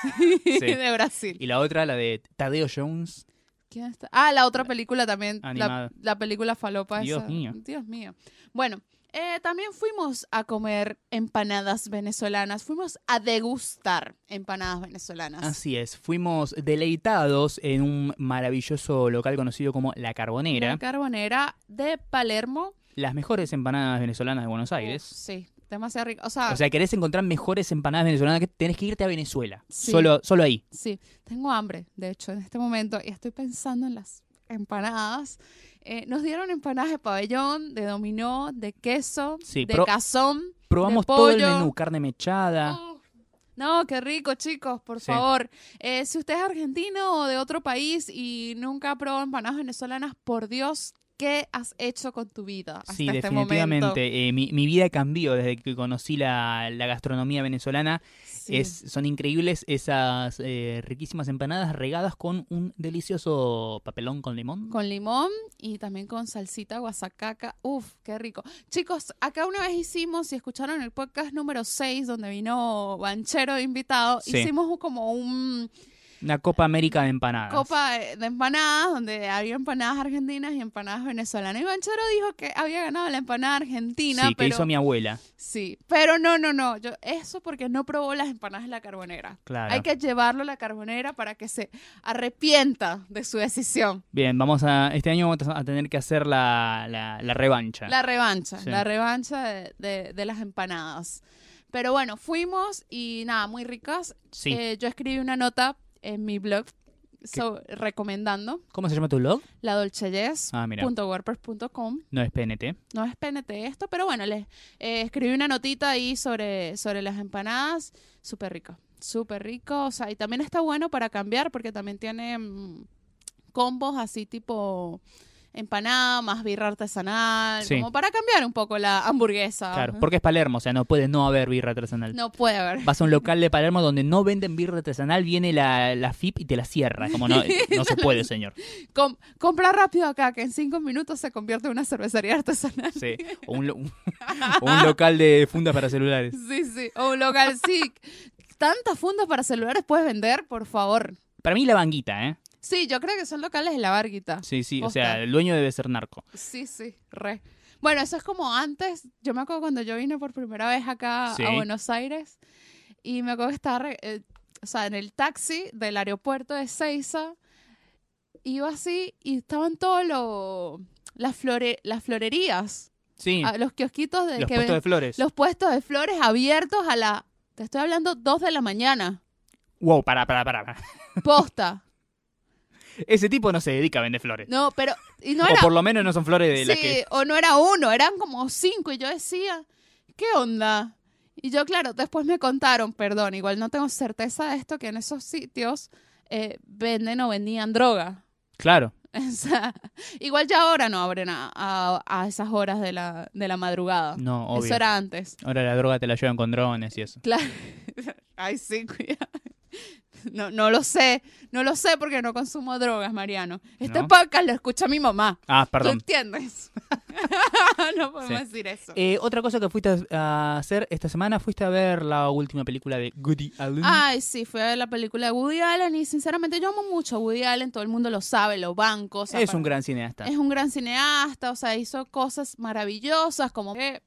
Speaker 2: de Brasil.
Speaker 1: Y la otra, la de Tadeo Jones.
Speaker 2: ¿Quién está? Ah, la otra película también. La,
Speaker 1: Animada.
Speaker 2: la película falopa.
Speaker 1: Dios
Speaker 2: esa.
Speaker 1: mío.
Speaker 2: Dios mío. Bueno, eh, también fuimos a comer empanadas venezolanas. Fuimos a degustar empanadas venezolanas.
Speaker 1: Así es, fuimos deleitados en un maravilloso local conocido como La Carbonera,
Speaker 2: La carbonera de Palermo.
Speaker 1: las mejores empanadas venezolanas de Buenos
Speaker 2: Uf,
Speaker 1: Aires.
Speaker 2: sí, demasiado rico. O sea,
Speaker 1: O sea, querés encontrar mejores empanadas venezolanas que tenés que irte a Venezuela.
Speaker 2: Sí.
Speaker 1: Solo, solo ahí.
Speaker 2: sí, tengo hambre, de hecho, en este momento. Y estoy pensando en las empanadas. Eh, nos dieron empanadas de pabellón, de dominó, de queso,
Speaker 1: Sí,
Speaker 2: de
Speaker 1: pro-
Speaker 2: cazón.
Speaker 1: Probamos todo el
Speaker 2: pollo.
Speaker 1: menú, carne mechada.
Speaker 2: Oh, No, qué rico, chicos, por
Speaker 1: Sí.
Speaker 2: favor. Eh, si usted es argentino o de otro país y nunca ha probado empanadas venezolanas, por Dios, ¿qué has hecho con tu vida? Hasta
Speaker 1: Sí,
Speaker 2: este momento?
Speaker 1: definitivamente. eh, mi, mi vida cambió desde que conocí la, la gastronomía venezolana.
Speaker 2: Sí.
Speaker 1: Es, son increíbles esas eh, riquísimas empanadas regadas con un delicioso papelón con limón.
Speaker 2: Con limón y también con salsita guasacaca. Uf, qué rico. Chicos, acá una vez hicimos, y escucharon el podcast número 6, donde vino Banchero de invitado,
Speaker 1: Sí.
Speaker 2: hicimos como un
Speaker 1: Una Copa América de empanadas.
Speaker 2: copa de de empanadas donde había empanadas argentinas y empanadas venezolanas. Y Banchero dijo que había ganado la empanada argentina,
Speaker 1: sí, que
Speaker 2: pero
Speaker 1: hizo mi abuela.
Speaker 2: sí, pero no, no, no, yo eso porque no probó las empanadas de la carbonera.
Speaker 1: Claro.
Speaker 2: Hay que llevarlo a la carbonera para que se arrepienta de su decisión.
Speaker 1: Bien, vamos a. Este año vamos a tener que hacer la, la- la revancha.
Speaker 2: La revancha,
Speaker 1: Sí.
Speaker 2: la revancha de, de- de las empanadas. Pero bueno, fuimos y nada, muy ricas.
Speaker 1: Sí.
Speaker 2: Eh, yo escribí una nota en mi blog so- recomendando
Speaker 1: ¿Cómo se llama tu blog?
Speaker 2: la
Speaker 1: Ah, mira. No es PNT.
Speaker 2: no es PNT esto, pero bueno, les eh, escribí una notita ahí sobre, sobre las empanadas, súper rico, súper rico, o sea, y también está bueno para cambiar porque también tiene mm, combos así tipo empanada, más birra artesanal,
Speaker 1: Sí.
Speaker 2: como para cambiar un poco la hamburguesa.
Speaker 1: Claro. Porque es Palermo, o sea, no puede no haber birra artesanal.
Speaker 2: Ah. No puede haber.
Speaker 1: Vas a un local de Palermo donde no venden birra artesanal, viene la, la FIP y te la cierra. Como no, no se puede, señor.
Speaker 2: Com- compra rápido acá, que en cinco minutos se convierte en una cervecería artesanal.
Speaker 1: Sí. O un, lo- o un local de funda para celulares.
Speaker 2: Sí, sí, o un local, sí. Tantas fundas para celulares puedes vender, por favor.
Speaker 1: Para mí, la banguita, ¿eh?
Speaker 2: Sí, yo creo que son locales de la barguita.
Speaker 1: Sí, sí. O
Speaker 2: Posta.
Speaker 1: sea, el dueño debe ser narco.
Speaker 2: Sí, sí, re. Bueno, eso es como antes. Yo me acuerdo cuando yo vine por primera vez acá
Speaker 1: Sí.
Speaker 2: a Buenos Aires y me acuerdo que estaba, re- eh, o sea, en el taxi del aeropuerto de Ceiza. Iba así y estaban todos los las, flore- las florerías,
Speaker 1: Sí.
Speaker 2: a- los kiosquitos de
Speaker 1: los
Speaker 2: que
Speaker 1: puestos
Speaker 2: Ah, ven-
Speaker 1: de flores.
Speaker 2: los puestos de flores abiertos a la, te estoy hablando, 2 de la mañana,
Speaker 1: Wow, para, para, para.
Speaker 2: posta.
Speaker 1: Ese tipo no se dedica a vender flores.
Speaker 2: No, pero, y no
Speaker 1: o
Speaker 2: era,
Speaker 1: por lo menos no son flores de las
Speaker 2: sí,
Speaker 1: que
Speaker 2: o no era uno, eran como cinco. Y yo decía, ¿qué onda? Y yo, claro, después me contaron, perdón, igual no tengo certeza de esto, que en esos sitios eh, venden o vendían droga.
Speaker 1: Claro,
Speaker 2: O sea, igual ya ahora no abren a, a- a esas horas de la, de la madrugada.
Speaker 1: no, obvio.
Speaker 2: Eso era antes.
Speaker 1: Ahora la droga te la llevan con drones y eso.
Speaker 2: Claro. Ay, sí, cuidado. No, no lo sé, no lo sé porque no consumo drogas, Mariano. Este
Speaker 1: ¿No?
Speaker 2: podcast lo escucha mi mamá.
Speaker 1: Ah,
Speaker 2: ¿Tú
Speaker 1: perdón.
Speaker 2: entiendes? no podemos
Speaker 1: Sí.
Speaker 2: decir eso.
Speaker 1: Eh, otra cosa que fuiste a hacer esta semana, fuiste a ver la última película de Goody Allen.
Speaker 2: Ay, sí, fue a ver la película de Woody Allen y sinceramente yo amo mucho a Woody Allen, todo el mundo lo sabe, lo banco. o sea,
Speaker 1: es
Speaker 2: para-
Speaker 1: un gran cineasta.
Speaker 2: Es un gran cineasta, o sea, hizo cosas maravillosas como que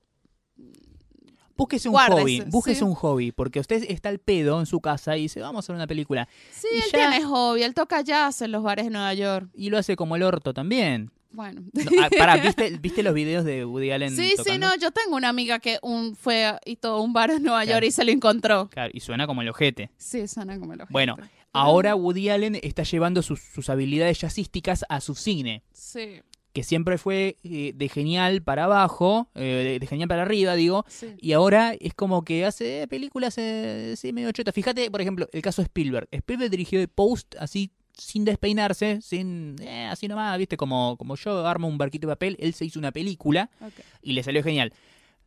Speaker 1: Búsquese un
Speaker 2: guárdese,
Speaker 1: hobby, búsquese
Speaker 2: sí.
Speaker 1: un hobby, porque usted está al pedo en su casa y dice, vamos a ver una película.
Speaker 2: sí,
Speaker 1: Y
Speaker 2: él
Speaker 1: ya-
Speaker 2: tiene hobby, él toca jazz en los bares de Nueva York.
Speaker 1: Y lo hace como el orto también.
Speaker 2: Bueno.
Speaker 1: No, ah, pará, ¿viste, ¿viste los videos de Woody Allen?
Speaker 2: Sí, sí,
Speaker 1: tocando?
Speaker 2: no, yo tengo una amiga que un fue y todo un bar en Nueva
Speaker 1: Claro.
Speaker 2: York y se lo encontró.
Speaker 1: Claro, y suena como el ojete.
Speaker 2: Sí, suena como lo
Speaker 1: Bueno, Ahora Woody Allen está llevando sus, sus habilidades jazzísticas a su cine.
Speaker 2: Sí,
Speaker 1: que siempre fue eh, de genial para abajo, eh, de, de genial para arriba, digo,
Speaker 2: sí.
Speaker 1: y ahora es como que hace eh, películas eh, sí, medio chota. Fíjate, por ejemplo, el caso de Spielberg. Spielberg dirigió de Post así sin despeinarse, sin eh, así nomás, ¿viste? Como, como yo armo un barquito de papel, él se hizo una película
Speaker 2: Ok.
Speaker 1: y le salió genial.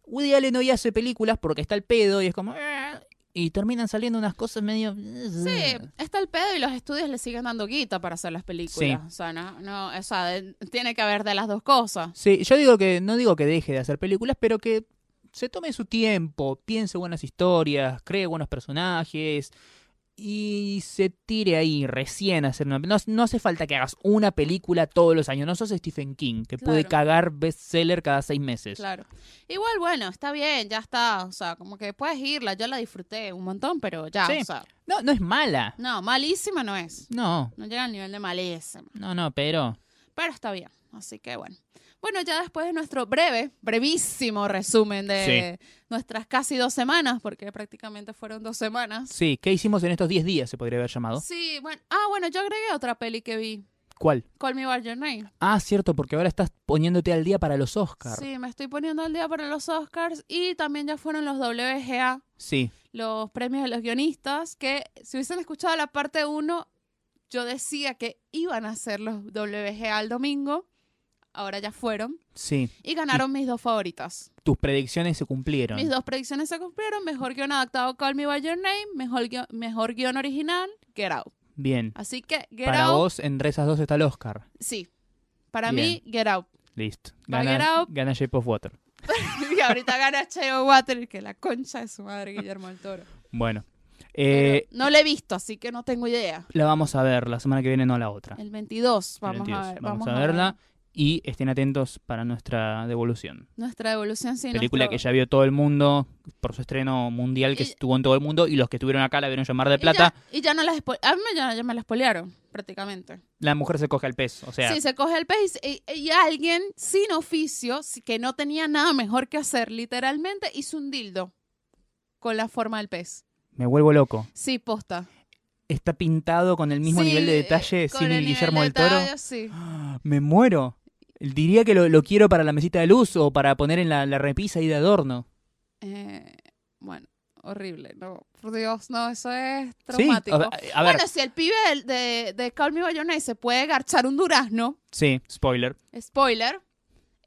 Speaker 1: Woody Allen hoy hace películas porque está el pedo y es como... eh, y terminan saliendo unas cosas medio...
Speaker 2: Sí, está el pedo y los estudios le siguen dando guita para hacer las películas.
Speaker 1: Mm. Sí.
Speaker 2: O sea, no, no, o sea, de- tiene que haber de las dos cosas.
Speaker 1: Sí, yo digo que no digo que deje de hacer películas, pero que se tome su tiempo, piense buenas historias, cree buenos personajes y se tire ahí recién a hacer una no, no hace falta que hagas una película todos los años, no sos Stephen King, que puede
Speaker 2: Claro.
Speaker 1: cagar bestseller cada seis meses.
Speaker 2: Claro. Igual, bueno, está bien, ya está. O sea, como que puedes irla. Yo la disfruté un montón, pero ya,
Speaker 1: Sí.
Speaker 2: o sea,
Speaker 1: No, no es mala.
Speaker 2: no, malísima no es.
Speaker 1: No,
Speaker 2: No llega al nivel de malísima.
Speaker 1: no, no, pero
Speaker 2: Pero está bien. Así que bueno. Bueno, ya después de nuestro breve, brevísimo resumen de nuestras casi dos semanas, porque prácticamente fueron dos semanas.
Speaker 1: sí, ¿qué hicimos en estos 10 días se podría haber llamado?
Speaker 2: Sí, bueno. Ah, bueno, yo agregué otra peli que vi.
Speaker 1: ¿Cuál?
Speaker 2: Call Me By Your Name.
Speaker 1: Ah, cierto, porque ahora estás poniéndote al día para los Oscars.
Speaker 2: Sí, me estoy poniendo al día para los Oscars y también ya fueron los WGA,
Speaker 1: sí.
Speaker 2: los premios de los guionistas, que si hubiesen escuchado la parte 1, yo decía que iban a ser los WGA el domingo, ahora ya fueron,
Speaker 1: sí.
Speaker 2: y ganaron mis dos favoritas.
Speaker 1: Tus predicciones se cumplieron.
Speaker 2: Mis dos predicciones se cumplieron, mejor guión adaptado Call Me By Your Name, mejor guión, mejor guión original Get Out.
Speaker 1: Bien.
Speaker 2: Así que Get
Speaker 1: Para
Speaker 2: Out,
Speaker 1: vos, entre esas dos está el Oscar.
Speaker 2: sí, para
Speaker 1: Bien.
Speaker 2: mí Get Out.
Speaker 1: Listo.
Speaker 2: Va
Speaker 1: Gana,
Speaker 2: Get Out.
Speaker 1: gana Shape of Water.
Speaker 2: y ahorita gana Cheo Water, que la concha de su madre Guillermo del Toro.
Speaker 1: Bueno.
Speaker 2: Pero
Speaker 1: Eh,
Speaker 2: no la he visto, así que no tengo idea.
Speaker 1: La vamos a ver la semana que viene, no la otra.
Speaker 2: El 22, vamos
Speaker 1: 22.
Speaker 2: a ver.
Speaker 1: Vamos a verla y estén atentos para nuestra devolución.
Speaker 2: Nuestra evolución sin
Speaker 1: Película que ya vio todo el mundo por su estreno mundial que
Speaker 2: Y-
Speaker 1: estuvo en todo el mundo y los que estuvieron acá la vieron llamar de plata.
Speaker 2: Y ya, no las espo- A mí ya, ya me las espolearon, prácticamente.
Speaker 1: La mujer se coge al pez. O sea,
Speaker 2: Sí, se coge el pez y, y alguien sin oficio, si- que no tenía nada mejor que hacer, literalmente hizo un dildo con la forma del pez.
Speaker 1: me vuelvo loco.
Speaker 2: Sí, posta.
Speaker 1: Está pintado con el mismo
Speaker 2: Sí,
Speaker 1: nivel de
Speaker 2: eh,
Speaker 1: detalle
Speaker 2: con
Speaker 1: sin
Speaker 2: el
Speaker 1: el
Speaker 2: nivel
Speaker 1: Guillermo
Speaker 2: de
Speaker 1: del Toro. Ah,
Speaker 2: detalle, sí.
Speaker 1: Me muero. Diría que lo, lo quiero para la mesita de luz o para poner en la, la repisa y de adorno.
Speaker 2: Eh, bueno, horrible. No, por Dios, no, eso es
Speaker 1: Sí, a,
Speaker 2: traumático.
Speaker 1: a- a ver,
Speaker 2: Bueno, si el pibe del- de, de Call Me By Your Name se puede garchar un durazno,
Speaker 1: sí, spoiler.
Speaker 2: spoiler,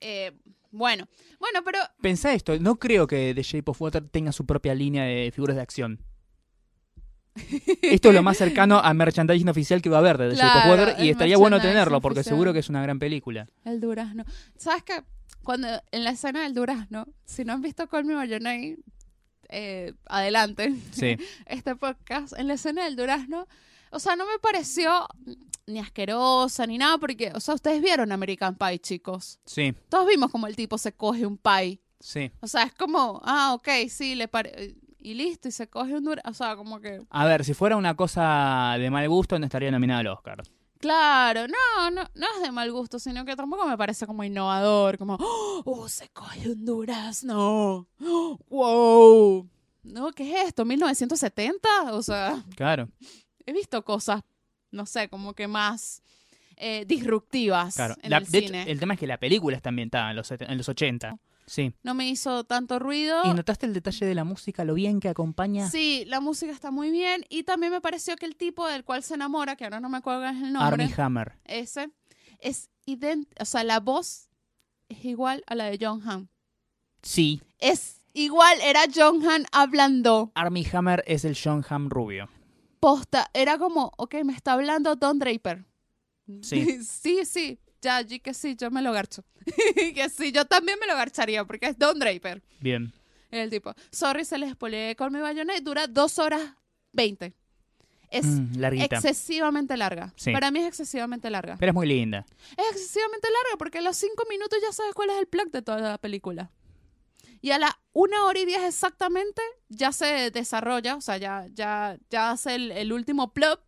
Speaker 2: eh, bueno, bueno, pero
Speaker 1: Pensá esto, no creo que The Shape of Water tenga su propia línea de figuras de acción. Esto es lo más cercano a merchandising oficial que va a haber de The Shape
Speaker 2: Claro,
Speaker 1: of Water y
Speaker 2: el
Speaker 1: estaría bueno
Speaker 2: merchandising
Speaker 1: tenerlo porque
Speaker 2: oficial.
Speaker 1: seguro que es una gran película.
Speaker 2: el durazno. ¿Sabes qué? Cuando en la escena del durazno, si no han visto Call Me By Your Name, eh, adelante,
Speaker 1: Sí,
Speaker 2: este podcast, en la escena del durazno, o sea, no me pareció ni asquerosa ni nada, porque, o sea, ustedes vieron American Pie, chicos.
Speaker 1: sí,
Speaker 2: Todos vimos como el tipo se coge un pie
Speaker 1: sí.
Speaker 2: O sea, es como, ah, ok, sí, le pare... Y listo, y se coge un dura... O sea, como que...
Speaker 1: A ver, si fuera una cosa de mal gusto no estaría nominada al Oscar.
Speaker 2: Claro, no, no, no es de mal gusto, sino que tampoco me parece como innovador, como, oh, oh, se coge un durazno, ¡Oh! wow. No, ¿qué es esto? ¿1970? O sea,
Speaker 1: Claro,
Speaker 2: he visto cosas, no sé, como que más eh, disruptivas
Speaker 1: claro.
Speaker 2: en
Speaker 1: La-
Speaker 2: el
Speaker 1: de hecho, eh,
Speaker 2: cine.
Speaker 1: el tema es que la película está ambientada en los, seten- en los 80. Sí.
Speaker 2: No me hizo tanto ruido.
Speaker 1: ¿Y notaste el detalle de la música, lo bien que acompaña?
Speaker 2: Sí, la música está muy bien y también me pareció que el tipo del cual se enamora, que ahora no me acuerdo cuál es el nombre,
Speaker 1: Armie Hammer.
Speaker 2: ese, es idéntico, o sea, la voz es igual a la de John Hamm.
Speaker 1: Sí,
Speaker 2: Es igual, era John Hamm hablando,
Speaker 1: Armie Hammer es el John Hamm rubio.
Speaker 2: posta, era como, ok, me está hablando Don Draper.
Speaker 1: Sí.
Speaker 2: sí, sí, ya, yo que sí, yo me lo garcho. que sí, yo también me lo garcharía porque es Don Draper.
Speaker 1: Bien.
Speaker 2: El tipo, sorry, se les spoileé con mi bayoneta dura dos horas veinte. Es
Speaker 1: Mm, larguita.
Speaker 2: excesivamente larga.
Speaker 1: Sí.
Speaker 2: Para mí es excesivamente larga.
Speaker 1: Pero es muy linda.
Speaker 2: Es excesivamente larga porque a los cinco minutos ya sabes cuál es el plot de toda la película. Y a la una hora y diez exactamente ya se desarrolla, o sea, ya, ya, ya hace el, el último plot.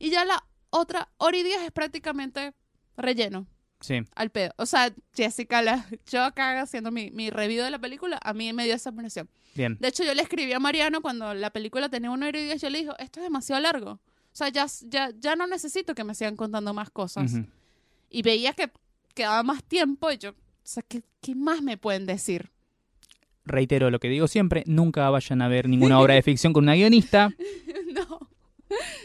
Speaker 2: Y ya la otra hora y diez es prácticamente relleno
Speaker 1: Sí.
Speaker 2: al pedo. O sea, Jessica, la, yo acá haciendo mi, mi review de la película, a mí me dio esa impresión.
Speaker 1: Bien.
Speaker 2: De hecho, yo le escribí a Mariano cuando la película tenía una hora y diez, yo le dije, esto es demasiado largo. O sea, ya, ya, ya no necesito que me sigan contando más cosas
Speaker 1: Ujú.
Speaker 2: y veía que quedaba más tiempo y yo, o sea, ¿qué, qué más me pueden decir?
Speaker 1: Reitero lo que digo siempre, nunca vayan a ver ninguna obra de ficción con una guionista.
Speaker 2: no,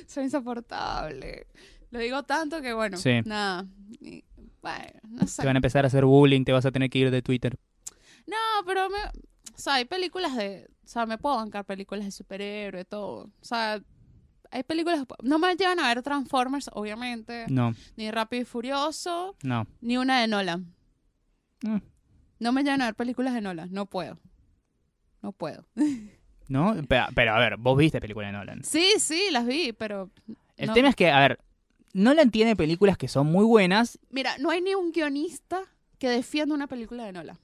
Speaker 2: soy insoportable. Lo digo tanto que bueno,
Speaker 1: Sí.
Speaker 2: nada. Y, Bueno, no sé.
Speaker 1: Te van a empezar a hacer bullying, te vas a tener que ir de Twitter.
Speaker 2: No, pero me, o sea, hay películas de, o sea, me puedo bancar películas de superhéroe, todo. O sea, hay películas, no me llevan a ver Transformers, obviamente,
Speaker 1: No,
Speaker 2: ni Rápido y Furioso,
Speaker 1: no.
Speaker 2: ni una de Nolan.
Speaker 1: Mm.
Speaker 2: No me llevan a ver películas de Nolan, no puedo. No puedo.
Speaker 1: ¿No? Pero, pero, a ver, vos viste películas de Nolan.
Speaker 2: Sí, sí, las vi, pero
Speaker 1: El
Speaker 2: No.
Speaker 1: tema es que, a ver, Nolan tiene películas que son muy buenas,
Speaker 2: mira, no hay ni un guionista que defienda una película de Nolan.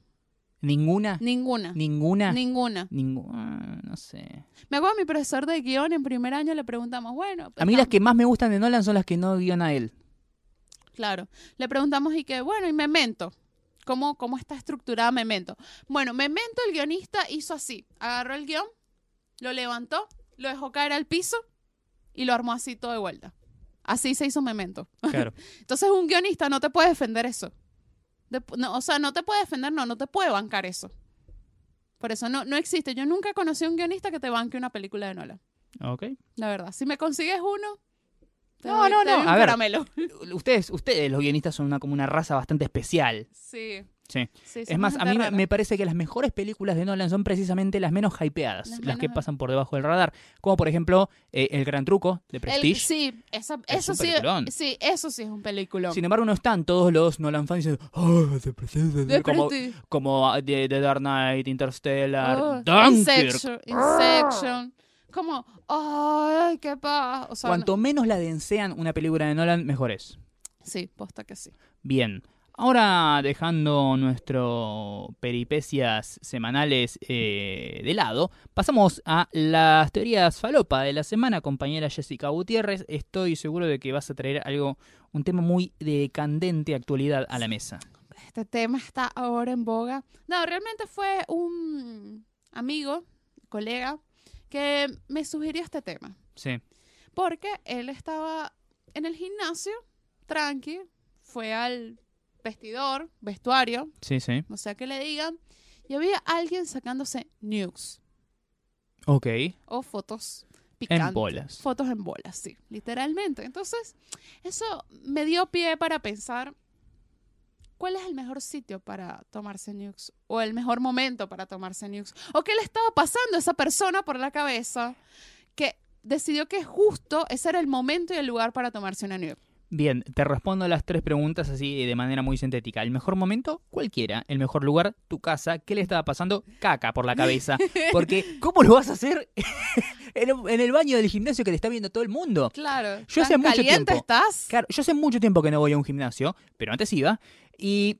Speaker 1: ninguna,
Speaker 2: Ninguna.
Speaker 1: ninguna,
Speaker 2: Ninguna.
Speaker 1: ninguna, no sé.
Speaker 2: Me acuerdo a mi profesor de guión en primer año le preguntamos, bueno, pues,
Speaker 1: A mí
Speaker 2: estamos-
Speaker 1: las que más me gustan de Nolan son las que no guiona él.
Speaker 2: Claro. Le preguntamos y que, bueno, y Memento. ¿Cómo, ¿Cómo está estructurada Memento? Bueno, Memento, el guionista, hizo así. Agarró el guión, lo levantó, lo dejó caer al piso y lo armó así todo de vuelta. Así se hizo Memento.
Speaker 1: Claro.
Speaker 2: Entonces un guionista no te puede defender eso. De- no, o sea, no te puede defender, no, no te puede bancar eso. Por eso no, no existe. Yo nunca conocí a un guionista que te banque una película de Nolan.
Speaker 1: ok.
Speaker 2: La verdad. Si me consigues uno, te
Speaker 1: No,
Speaker 2: doy-
Speaker 1: no,
Speaker 2: te doy
Speaker 1: no.
Speaker 2: un
Speaker 1: A ver.
Speaker 2: caramelo.
Speaker 1: Ustedes, ustedes, los guionistas, son una, como una raza bastante especial.
Speaker 2: Sí.
Speaker 1: Sí.
Speaker 2: Sí,
Speaker 1: es
Speaker 2: somos
Speaker 1: más, a
Speaker 2: gente
Speaker 1: mí me,
Speaker 2: rara.
Speaker 1: me parece que las mejores películas de Nolan son precisamente las menos hypeadas,
Speaker 2: Las
Speaker 1: las,
Speaker 2: menos
Speaker 1: que
Speaker 2: hype-
Speaker 1: pasan por debajo del radar. Como por ejemplo, eh, El Gran Truco de
Speaker 2: El-
Speaker 1: Prestige.
Speaker 2: sí, esa-
Speaker 1: Es
Speaker 2: eso
Speaker 1: un
Speaker 2: sí,
Speaker 1: peliculón.
Speaker 2: sí, eso sí es un peliculón.
Speaker 1: Sin embargo, no están todos los Nolan fans diciendo, "Oh, The Prestige",
Speaker 2: De
Speaker 1: como,
Speaker 2: Prestige.
Speaker 1: como ah, The, The Dark Knight, Interstellar,
Speaker 2: Oh,
Speaker 1: Dunkirk.
Speaker 2: Inception, Inception. Como, ay, qué paz. O sea,
Speaker 1: Cuanto menos la densean una película de Nolan, mejor es.
Speaker 2: no- sí, posta que sí.
Speaker 1: Bien. Ahora dejando nuestro peripecias semanales eh, de lado, pasamos a las teorías falopa de la semana, compañera Jessica Gutiérrez. Estoy seguro de que vas a traer algo, un tema muy de candente actualidad a la mesa.
Speaker 2: Este tema está ahora en boga. No, realmente fue un amigo, colega, que me sugirió este tema.
Speaker 1: Sí.
Speaker 2: Porque él estaba en el gimnasio, tranqui, fue al vestidor, vestuario,
Speaker 1: Sí, sí.
Speaker 2: o sea que le digan, y había alguien sacándose nukes
Speaker 1: Ok.
Speaker 2: o fotos picantes.
Speaker 1: En bolas.
Speaker 2: Fotos en bolas, sí, literalmente. Entonces, eso me dio pie para pensar cuál es el mejor sitio para tomarse nukes o el mejor momento para tomarse nukes o qué le estaba pasando a esa persona por la cabeza que decidió que justo ese era el momento y el lugar para tomarse una nuke.
Speaker 1: Bien, te respondo las tres preguntas así eh, de manera muy sintética. El mejor momento, cualquiera. El mejor lugar, tu casa. ¿Qué le estaba pasando? Caca por la cabeza. Porque, ¿cómo lo vas a hacer en el- en el baño del gimnasio que te está viendo todo el mundo?
Speaker 2: Claro.
Speaker 1: Yo
Speaker 2: tan
Speaker 1: hace mucho tiempo-
Speaker 2: caliente estás?
Speaker 1: Claro, yo hace mucho tiempo que no voy a un gimnasio, pero antes iba. Y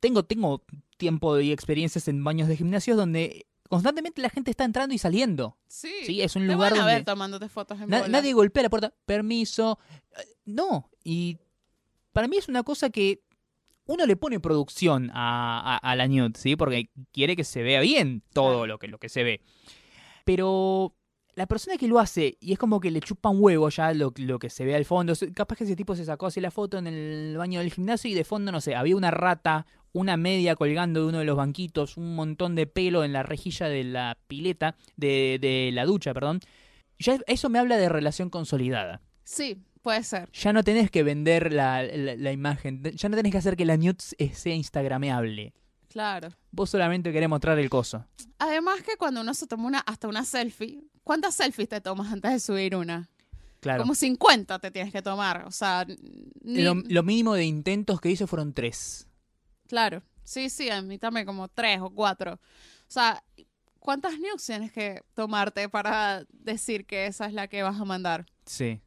Speaker 1: tengo, tengo tiempo y experiencias en baños de gimnasios donde constantemente la gente está entrando y saliendo.
Speaker 2: Sí.
Speaker 1: Sí, es un
Speaker 2: Te
Speaker 1: lugar
Speaker 2: van a
Speaker 1: donde
Speaker 2: ver tomándote fotos en
Speaker 1: na-
Speaker 2: bolas.
Speaker 1: nadie golpea la puerta. Permiso. Eh, No. Y para mí es una cosa que uno le pone producción a, a- a la nude, ¿sí? Porque quiere que se vea bien todo
Speaker 2: Claro.
Speaker 1: lo que, lo que se ve. Pero la persona que lo hace y es como que le chupa un huevo ya lo, lo que se ve al fondo. es- Capaz que ese tipo se sacó así la foto en el baño del gimnasio y de fondo, no sé, había una rata, una media colgando de uno de los banquitos, un montón de pelo en la rejilla de la pileta, de, de la ducha, perdón. Ya eso me habla de relación consolidada.
Speaker 2: Sí, puede ser.
Speaker 1: Ya no tenés que vender la, la- la imagen, ya no tenés que hacer que la nude se- sea instagrameable.
Speaker 2: Claro.
Speaker 1: Vos solamente querés mostrar el coso.
Speaker 2: Además que cuando uno se toma una, hasta una selfie, ¿cuántas selfies te tomas antes de subir una?
Speaker 1: Claro.
Speaker 2: Como 50 te tienes que tomar, o sea, ni-
Speaker 1: Lo, lo mínimo de intentos que hizo fueron tres.
Speaker 2: claro, sí, sí, a mí también como tres o cuatro. O sea, ¿cuántas news tienes que tomarte para decir que esa es la que vas a mandar?
Speaker 1: Sí.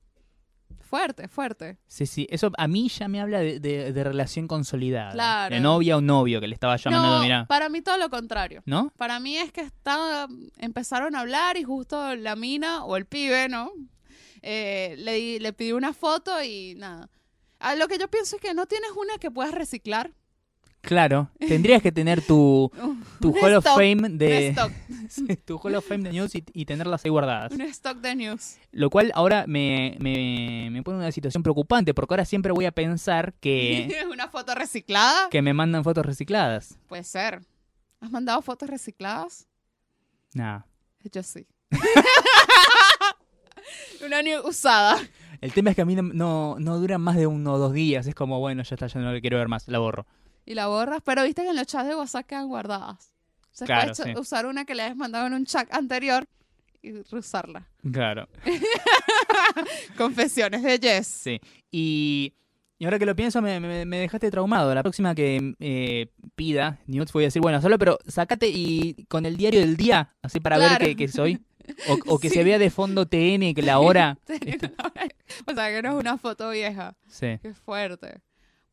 Speaker 2: Fuerte, fuerte.
Speaker 1: Sí, sí, eso a mí ya me habla de, de- de relación consolidada.
Speaker 2: Claro.
Speaker 1: De novia o novio que le estaba llamando,
Speaker 2: no,
Speaker 1: mirá.
Speaker 2: para mí todo lo contrario.
Speaker 1: ¿No?
Speaker 2: Para mí es que está, empezaron a hablar y justo la mina o el pibe, ¿no? Eh, le, di- le pidió una foto y nada. A lo que yo pienso es que no tienes una que puedas reciclar.
Speaker 1: Claro, tendrías que tener tu, tu
Speaker 2: Un
Speaker 1: Hall of
Speaker 2: stock,
Speaker 1: Fame
Speaker 2: Un
Speaker 1: de
Speaker 2: stock,
Speaker 1: tu Hall of Fame de news y, y tenerlas ahí guardadas.
Speaker 2: un stock de news.
Speaker 1: Lo cual ahora me, me, me pone en una situación preocupante porque ahora siempre voy a pensar que,
Speaker 2: ¿Una foto reciclada?
Speaker 1: que me mandan fotos recicladas.
Speaker 2: Puede ser. ¿Has mandado fotos recicladas?
Speaker 1: Nah.
Speaker 2: Yo sí. una news usada.
Speaker 1: El tema es que a mí no, no, no duran más de uno o dos días. Es como, bueno, ya está, ya no lo quiero ver más, la borro.
Speaker 2: Y la borras, pero viste que en los chats de WhatsApp quedan guardadas. Se
Speaker 1: Claro,
Speaker 2: puede
Speaker 1: sí.
Speaker 2: usar una que le hayas mandado en un chat anterior y reusarla.
Speaker 1: Claro.
Speaker 2: Confesiones de Jess.
Speaker 1: Sí. Y, y ahora que lo pienso, me, me- me dejaste traumado. La próxima que eh, pida Newt, voy a decir, bueno, solo, pero sacate y con el diario del día, así para
Speaker 2: Claro.
Speaker 1: ver que, que soy. O, o que
Speaker 2: Sí.
Speaker 1: se vea de fondo TN, que la hora.
Speaker 2: o sea, que no es una foto vieja.
Speaker 1: Sí.
Speaker 2: Qué fuerte.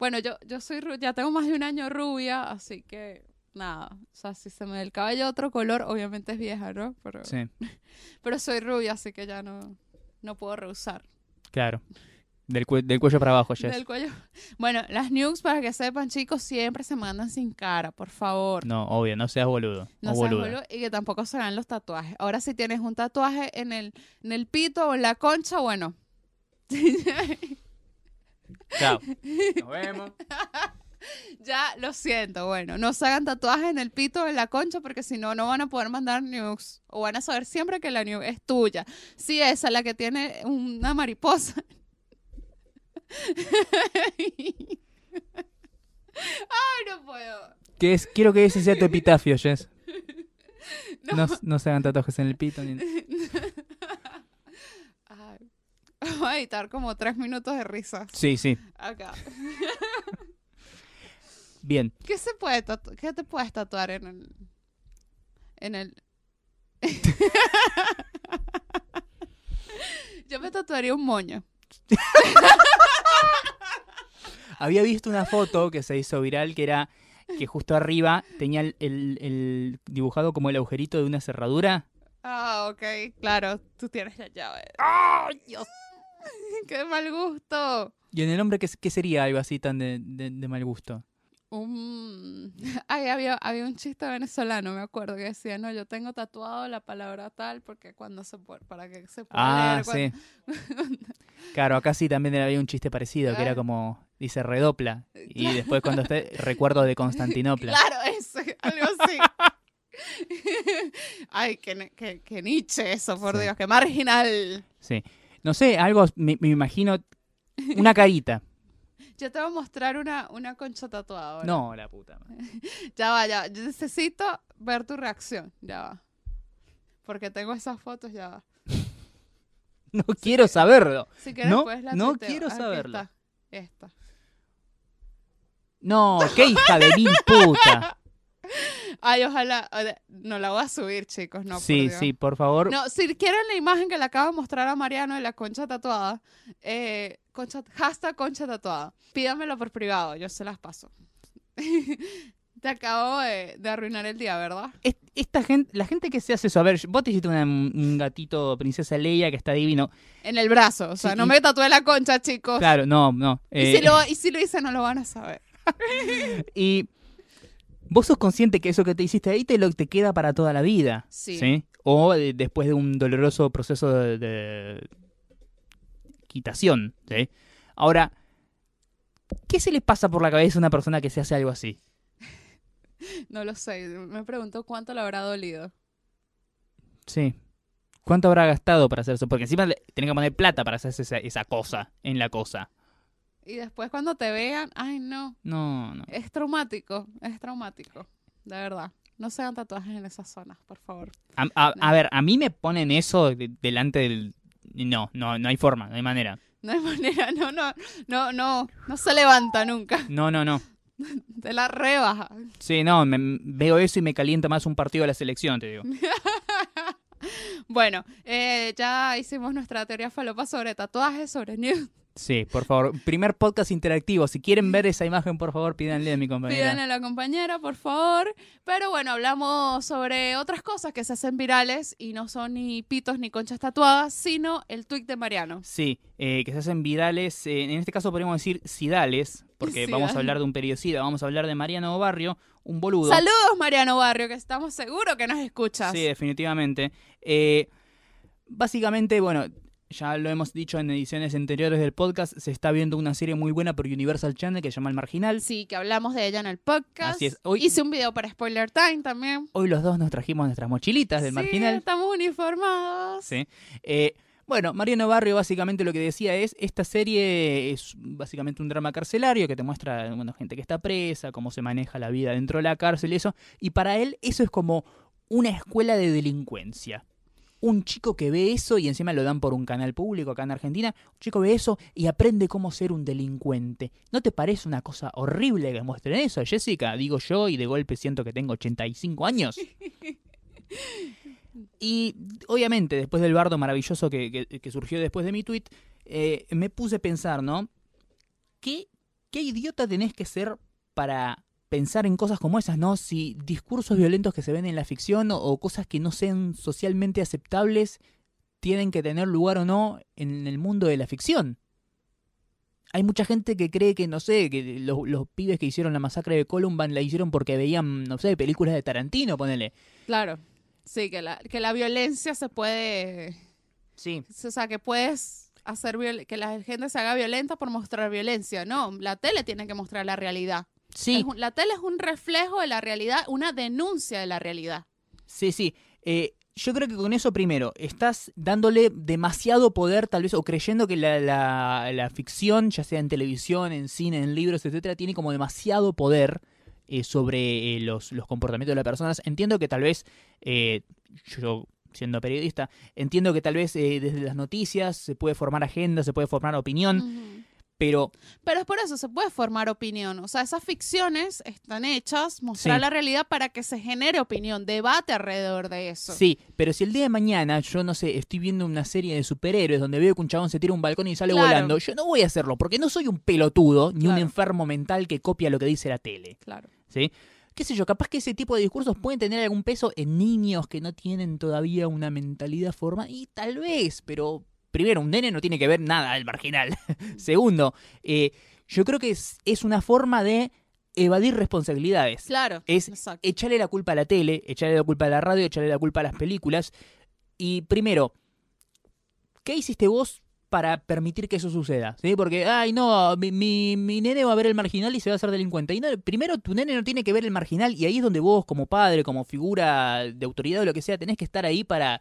Speaker 2: Bueno, yo, yo soy ru- ya tengo más de un año rubia, así que nada. O sea, si se me da el cabello de otro color, obviamente es vieja, ¿no? Pero,
Speaker 1: Sí,
Speaker 2: pero soy rubia, así que ya no, no puedo rehusar.
Speaker 1: claro. Del, cue- del cuello para abajo, Jess.
Speaker 2: Del cuello. Bueno, las nukes, para que sepan, chicos, siempre se mandan sin cara, por favor.
Speaker 1: No, obvio, no seas boludo.
Speaker 2: No
Speaker 1: o
Speaker 2: seas
Speaker 1: boluda.
Speaker 2: boludo y que tampoco se vean los tatuajes. Ahora, si tienes un tatuaje en el, en el pito o en la concha, bueno.
Speaker 1: Chao. Nos vemos.
Speaker 2: Ya, lo siento, bueno, no se hagan tatuajes en el pito o en la concha porque si no, no van a poder mandar nukes. O van a saber siempre que la nuke es tuya. Sí, esa, la que tiene una mariposa. Ay, no puedo.
Speaker 1: Que es, quiero que ese sea tu epitafio, Jess.
Speaker 2: No.
Speaker 1: No, no se hagan tatuajes en el pito. Ni...
Speaker 2: Ay. Vamos a editar como tres minutos de risas
Speaker 1: Sí, sí.
Speaker 2: acá.
Speaker 1: Bien.
Speaker 2: ¿Qué se puede tatu- ¿Qué te puedes tatuar en el... En el... Yo me tatuaría un moño.
Speaker 1: Había visto una foto que se hizo viral que era que justo arriba tenía el, el- el dibujado como el agujerito de una cerradura.
Speaker 2: Ah, ok, claro, tú tienes la llave. ¡Qué mal gusto!
Speaker 1: Y en el hombre, ¿qué, s- qué sería algo así tan de, de- de mal gusto?
Speaker 2: Un- Um, Ay, había, había un chiste venezolano, me acuerdo, que decía, no, yo tengo tatuado la palabra tal porque cuando se puede, para que se pueda
Speaker 1: Ah,
Speaker 2: leer cuando-
Speaker 1: sí. Claro, acá sí también había un chiste parecido, que era como, dice redopla. Y después cuando esté, recuerdo de Constantinopla.
Speaker 2: Claro, eso, algo así. Ay, que, que, que Nietzsche eso, por
Speaker 1: Sí.
Speaker 2: Dios, que marginal.
Speaker 1: Sí. No sé, algo, me, me imagino, una carita.
Speaker 2: Yo te voy a mostrar una, una concha tatuada. ahora.
Speaker 1: No, la puta. madre.
Speaker 2: Ya va, ya. va. Yo necesito ver tu reacción. Ya va. Porque tengo esas fotos, ya va.
Speaker 1: No quiero saberlo.
Speaker 2: Si quieres,
Speaker 1: No,
Speaker 2: después la
Speaker 1: no
Speaker 2: tuiteo.
Speaker 1: quiero
Speaker 2: Aquí
Speaker 1: saberlo.
Speaker 2: está, Esta.
Speaker 1: No, qué hija de mil puta.
Speaker 2: Ay, ojalá. o de- No la voy a subir, chicos. No, por
Speaker 1: sí,
Speaker 2: Dios.
Speaker 1: sí, por favor.
Speaker 2: No, si quieren la imagen que le acabo de mostrar a Mariano de la concha tatuada, eh, concha, hashtag concha tatuada, pídamelo por privado, yo se las paso. Te acabo de, de arruinar el día, ¿verdad?
Speaker 1: Es- Esta gente, la gente que se hace eso, a ver, vos te hiciste una- un gatito princesa Leia que está divino.
Speaker 2: En el brazo, o sea,
Speaker 1: Sí,
Speaker 2: no
Speaker 1: y-
Speaker 2: me tatué la concha, chicos.
Speaker 1: Claro, no, no.
Speaker 2: Y,
Speaker 1: eh,
Speaker 2: si lo, y si lo hice, no lo van a saber.
Speaker 1: y vos sos consciente que eso que te hiciste ahí te lo te queda para toda la vida.
Speaker 2: Sí.
Speaker 1: O eh, después de un doloroso proceso de, de quitación. ¿sí? Ahora, ¿qué se le pasa por la cabeza a una persona que se hace algo así?
Speaker 2: No lo sé, me pregunto cuánto le habrá dolido.
Speaker 1: Sí. ¿Cuánto habrá gastado para hacer eso? Porque encima le- tienen que poner plata para hacerse esa, esa cosa en la cosa.
Speaker 2: Y después cuando te vean, ay no,
Speaker 1: No, no.
Speaker 2: es traumático, es traumático, de verdad. No se hagan tatuajes en esas zonas, por favor.
Speaker 1: A, a- a ver, a mí me ponen eso de- delante del... No, no, no hay forma, no hay manera.
Speaker 2: No hay manera, no, no, no, no, no se levanta nunca.
Speaker 1: No, no, no.
Speaker 2: Te la rebaja.
Speaker 1: Sí, no, me- veo eso y me calienta más un partido de la selección, te digo.
Speaker 2: Bueno, eh, ya hicimos nuestra teoría falopa sobre tatuajes, sobre news.
Speaker 1: Sí, por favor. Primer podcast interactivo. Si quieren ver esa imagen, por favor, pídanle a mi
Speaker 2: Pídanle
Speaker 1: compañera.
Speaker 2: a la compañera, por favor. Pero bueno, hablamos sobre otras cosas que se hacen virales y no son ni pitos ni conchas tatuadas, sino el tuit de Mariano.
Speaker 1: Sí, eh, que se hacen virales. eh, en este caso podríamos decir sidales, porque vamos
Speaker 2: Sidal.
Speaker 1: a hablar de un periodicida, vamos a hablar de Mariano Barrio, un boludo.
Speaker 2: Saludos, Mariano Barrio, que estamos seguros que nos escuchas.
Speaker 1: Sí, definitivamente. Eh, básicamente, bueno, ya lo hemos dicho en ediciones anteriores del podcast, se está viendo una serie muy buena por Universal Channel que se llama El Marginal.
Speaker 2: Sí, que hablamos de ella en el podcast.
Speaker 1: Así es. Hoy-
Speaker 2: Hice un video para Spoiler Time también.
Speaker 1: Hoy los dos nos trajimos nuestras mochilitas del
Speaker 2: Sí,
Speaker 1: Marginal.
Speaker 2: estamos uniformados.
Speaker 1: Sí. Eh, Bueno, Mariano Barrio básicamente lo que decía es, esta serie es básicamente un drama carcelario que te muestra, bueno, gente que está presa, cómo se maneja la vida dentro de la cárcel y eso, y para él eso es como una escuela de delincuencia. Un chico que ve eso y encima lo dan por un canal público acá en Argentina, un chico ve eso y aprende cómo ser un delincuente. ¿No te parece una cosa horrible que muestren eso, Jessica? Digo yo y de golpe siento que tengo 85 años. Y obviamente, después del bardo maravilloso que, que- que surgió después de mi tweet, eh, me puse a pensar, ¿no? ¿Qué, ¿Qué idiota tenés que ser para pensar en cosas como esas, ¿no? Si discursos violentos que se ven en la ficción o, o cosas que no sean socialmente aceptables tienen que tener lugar o no en el mundo de la ficción. Hay mucha gente que cree que, no sé, que los, los pibes que hicieron la masacre de Columbine la hicieron porque veían, no sé, películas de Tarantino, ponele.
Speaker 2: Claro. Sí, que la, que la violencia se puede.
Speaker 1: Sí.
Speaker 2: O sea, que puedes hacer viol- que la gente se haga violenta por mostrar violencia. No, la tele tiene que mostrar la realidad.
Speaker 1: Sí.
Speaker 2: Es un- la tele es un reflejo de la realidad, una denuncia de la realidad.
Speaker 1: Sí, sí. Eh, yo creo que con eso primero, estás dándole demasiado poder tal vez, o creyendo que la, la- la ficción, ya sea en televisión, en cine, en libros, etcétera, tiene como demasiado poder eh, sobre eh, los, los comportamientos de las personas. Entiendo que tal vez, eh, yo siendo periodista, entiendo que tal vez eh, desde las noticias se puede formar agenda, se puede formar opinión,
Speaker 2: Ujú.
Speaker 1: pero
Speaker 2: Pero es por eso, se puede formar opinión. O sea, esas ficciones están hechas, mostrar
Speaker 1: Sí.
Speaker 2: la realidad para que se genere opinión, debate alrededor de eso.
Speaker 1: sí, pero si el día de mañana, yo no sé, estoy viendo una serie de superhéroes donde veo que un chabón se tira a un balcón y sale
Speaker 2: Claro.
Speaker 1: volando, yo no voy a hacerlo porque no soy un pelotudo ni un
Speaker 2: Claro.
Speaker 1: enfermo mental que copia lo que dice la tele,
Speaker 2: Claro.
Speaker 1: ¿sí? Qué sé yo, capaz que ese tipo de discursos pueden tener algún peso en niños que no tienen todavía una mentalidad formada y tal vez, pero primero, un nene no tiene que ver nada al marginal. Segundo, eh, yo creo que es, es una forma de evadir responsabilidades
Speaker 2: Claro.
Speaker 1: Es-
Speaker 2: Exacto.
Speaker 1: echarle la culpa a la tele, echarle la culpa a la radio, echarle la culpa a las películas. Y primero, ¿qué hiciste vos para permitir que eso suceda? ¿Sí? Porque, ay, no, mi, mi- mi nene va a ver el marginal y se va a hacer delincuente. Y no, primero, tu nene no tiene que ver el marginal y ahí es donde vos, como padre, como figura de autoridad o lo que sea, tenés que estar ahí para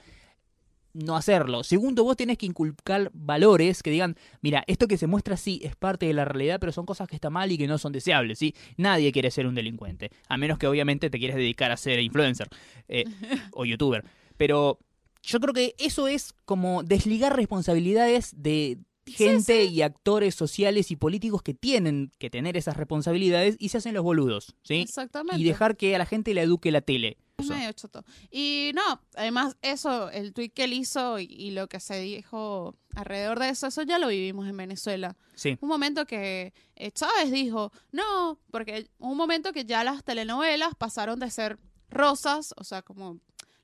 Speaker 1: no hacerlo. Segundo, vos tenés que inculcar valores que digan, mira, esto que se muestra así es parte de la realidad, pero son cosas que está mal y que no son deseables, ¿sí? Nadie quiere ser un delincuente, a menos que obviamente te quieras dedicar a ser influencer eh, o youtuber. Pero yo creo que eso es como desligar responsabilidades de gente y actores sociales y políticos que tienen que tener esas responsabilidades y se hacen los boludos, ¿sí?
Speaker 2: Exactamente.
Speaker 1: Y dejar que a la gente le eduque la tele.
Speaker 2: Es medio choto. Y no, además eso, el tweet que él hizo y, y lo que se dijo alrededor de eso, eso ya lo vivimos en Venezuela.
Speaker 1: Sí,
Speaker 2: Un momento que eh, Chávez dijo, no, porque un momento que ya las telenovelas pasaron de ser rosas, o sea, como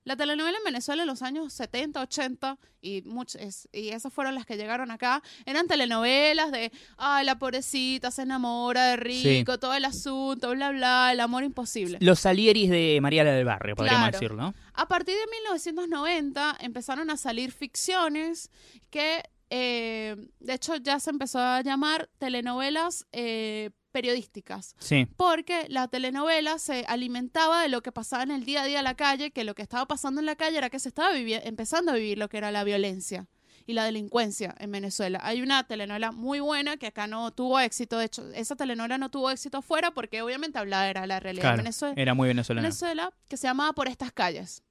Speaker 2: la telenovela en Venezuela en los años 70, 80 y much- es- y esas fueron las que llegaron acá, eran telenovelas de, ay, la pobrecita se enamora de rico, todo el asunto, bla, bla, el amor imposible.
Speaker 1: los salieris de Mariela del Barrio, podríamos
Speaker 2: Claro.
Speaker 1: decir, ¿no?
Speaker 2: A partir de 1990 empezaron a salir ficciones que, eh, de hecho, ya se empezó a llamar telenovelas eh, periodísticas,
Speaker 1: Sí.
Speaker 2: porque la telenovela se alimentaba de lo que pasaba en el día a día en la calle, que lo que estaba pasando en la calle era que se estaba vivi- empezando a vivir lo que era la violencia y la delincuencia en Venezuela. Hay una telenovela muy buena que acá no tuvo éxito, de hecho, esa telenovela no tuvo éxito afuera porque obviamente hablaba era la realidad de
Speaker 1: Claro, Eh,
Speaker 2: Venezuela.
Speaker 1: era muy venezolano.
Speaker 2: Venezuela, que se llamaba Por estas calles.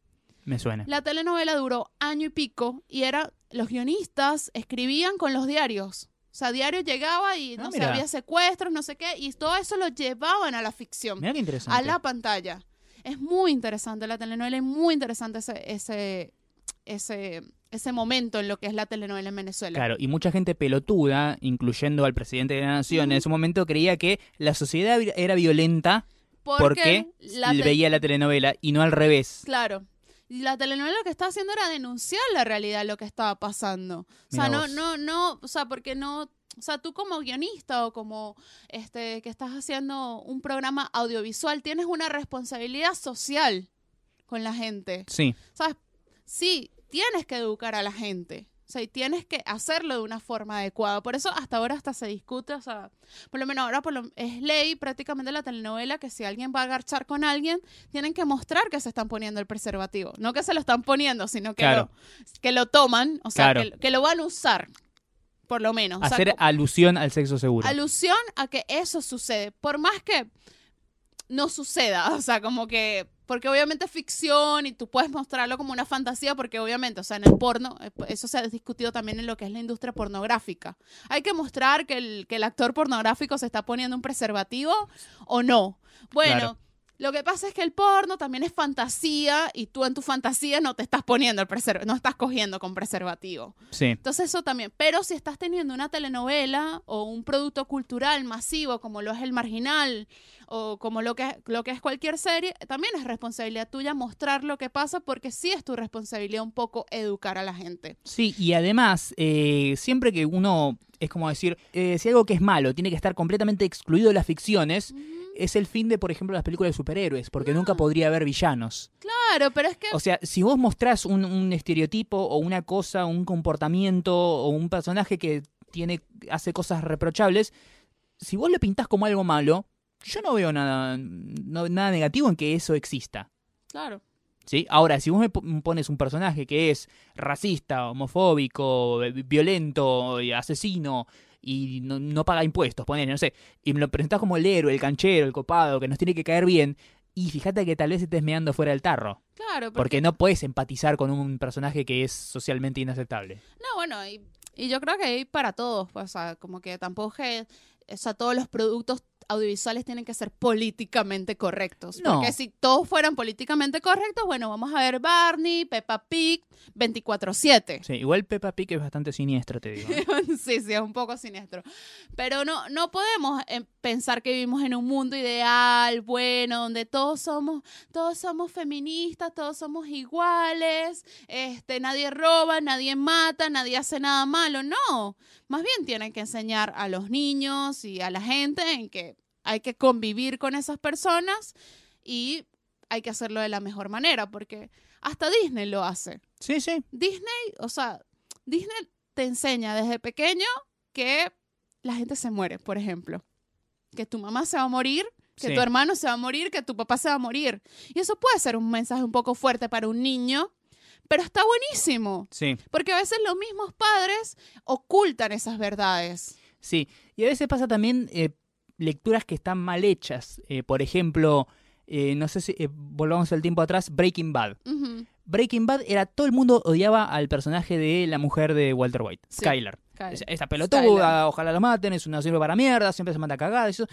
Speaker 1: Me suena.
Speaker 2: La telenovela duró año y pico y era los guionistas escribían con los diarios. O sea, diario llegaba y
Speaker 1: Ah,
Speaker 2: no sé,
Speaker 1: mira.
Speaker 2: había secuestros, no sé qué, y todo eso lo llevaban a la ficción,
Speaker 1: Mira qué interesante.
Speaker 2: a la pantalla. Es muy interesante la telenovela, es muy interesante ese, ese, ese, ese momento en lo que es la telenovela en Venezuela.
Speaker 1: Claro, y mucha gente pelotuda, incluyendo al presidente de la nación, en ese momento creía que la sociedad vi- era violenta porque,
Speaker 2: la
Speaker 1: le
Speaker 2: te-
Speaker 1: veía la telenovela y no al revés.
Speaker 2: Claro. Y La telenovela lo que estaba haciendo era denunciar la realidad, lo que estaba pasando. O sea,
Speaker 1: Mira
Speaker 2: no,
Speaker 1: vos.
Speaker 2: no, no, o sea, porque no, o sea, tú como guionista o como, este, que estás haciendo un programa audiovisual, tienes una responsabilidad social con la gente.
Speaker 1: Sí,
Speaker 2: ¿Sabes? Sí, tienes que educar a la gente. O sea, y tienes que hacerlo de una forma adecuada. Por eso hasta ahora hasta se discute, o sea, por lo menos ahora por lo- es ley prácticamente la telenovela que si alguien va a agarchar con alguien, tienen que mostrar que se están poniendo el preservativo. No que se lo están poniendo, sino que,
Speaker 1: Claro.
Speaker 2: lo, que lo toman, o sea,
Speaker 1: Claro.
Speaker 2: que, que lo van a usar, por lo menos. O sea,
Speaker 1: Hacer
Speaker 2: co-
Speaker 1: alusión al sexo seguro.
Speaker 2: alusión a que eso sucede. Por más que no suceda, o sea, como que. Porque obviamente es ficción y tú puedes mostrarlo como una fantasía, porque obviamente, o sea, en el porno, eh, eso se ha discutido también en lo que es la industria pornográfica. Hay que mostrar que el, que el actor pornográfico se está poniendo un preservativo o no. Bueno.
Speaker 1: Claro.
Speaker 2: Lo que pasa es que el porno también es fantasía y tú en tu fantasía no te estás poniendo el preservativo, no estás cogiendo con preservativo.
Speaker 1: sí.
Speaker 2: Entonces eso también. Pero si estás teniendo una telenovela o un producto cultural masivo como lo es El Marginal o como lo que, lo que es cualquier serie, también es responsabilidad tuya mostrar lo que pasa porque sí es tu responsabilidad un poco educar a la gente.
Speaker 1: Sí, y además, eh, siempre que uno, es como decir, eh, si algo que es malo tiene que estar completamente excluido de las ficciones, es el fin de, por ejemplo, las películas de superhéroes, porque nunca podría haber villanos.
Speaker 2: Claro, pero es que...
Speaker 1: O sea, si vos mostrás un, un estereotipo o una cosa, un comportamiento o un personaje que tiene hace cosas reprochables, si vos lo pintás como algo malo, yo no veo nada, no- nada negativo en que eso exista.
Speaker 2: Claro.
Speaker 1: ¿Sí? Ahora, si vos me po- pones un personaje que es racista, homofóbico, eh, vi- violento, y asesino y no, no paga impuestos, ponele, no sé, y me lo presentás como el héroe, el canchero, el copado, que nos tiene que caer bien, y fíjate que tal vez estés meando fuera del tarro.
Speaker 2: Claro, porque...
Speaker 1: Porque no puedes empatizar con un personaje que es socialmente inaceptable.
Speaker 2: No, bueno, y, y yo creo que hay para todos, pues, o sea, como que tampoco es que, o sea, todos los productos audiovisuales tienen que ser políticamente correctos.
Speaker 1: No.
Speaker 2: Porque si todos fueran políticamente correctos, bueno, vamos a ver Barney, Peppa Pig, 24-7.
Speaker 1: Sí, igual Peppa Pig es bastante siniestra, te digo. ¿eh?
Speaker 2: Sí, sí, es un poco siniestro. Pero no, no podemos eh, pensar que vivimos en un mundo ideal, bueno, donde todos somos, todos somos feministas, todos somos iguales, este, nadie roba, nadie mata, nadie hace nada malo. No. Más bien tienen que enseñar a los niños y a la gente en que hay que convivir con esas personas y hay que hacerlo de la mejor manera, porque hasta Disney lo hace.
Speaker 1: Sí, sí.
Speaker 2: Disney, o sea, Disney te enseña desde pequeño que la gente se muere, por ejemplo. Que tu mamá se va a morir, que
Speaker 1: Sí.
Speaker 2: tu hermano se va a morir, que tu papá se va a morir. Y eso puede ser un mensaje un poco fuerte para un niño, pero está buenísimo.
Speaker 1: Sí,
Speaker 2: Porque a veces los mismos padres ocultan esas verdades.
Speaker 1: sí. Y a veces pasa también eh, lecturas que están mal hechas. Eh, por ejemplo, eh, no sé si eh, volvamos el tiempo atrás, Breaking Bad.
Speaker 2: Ujú,
Speaker 1: Breaking Bad era todo el mundo odiaba al personaje de la mujer de Walter White,
Speaker 2: Sí.
Speaker 1: Skyler.
Speaker 2: claro.
Speaker 1: Esa- Esta pelotuda, ojalá lo maten, es una sirve para mierda, siempre se manda cagada. Eso.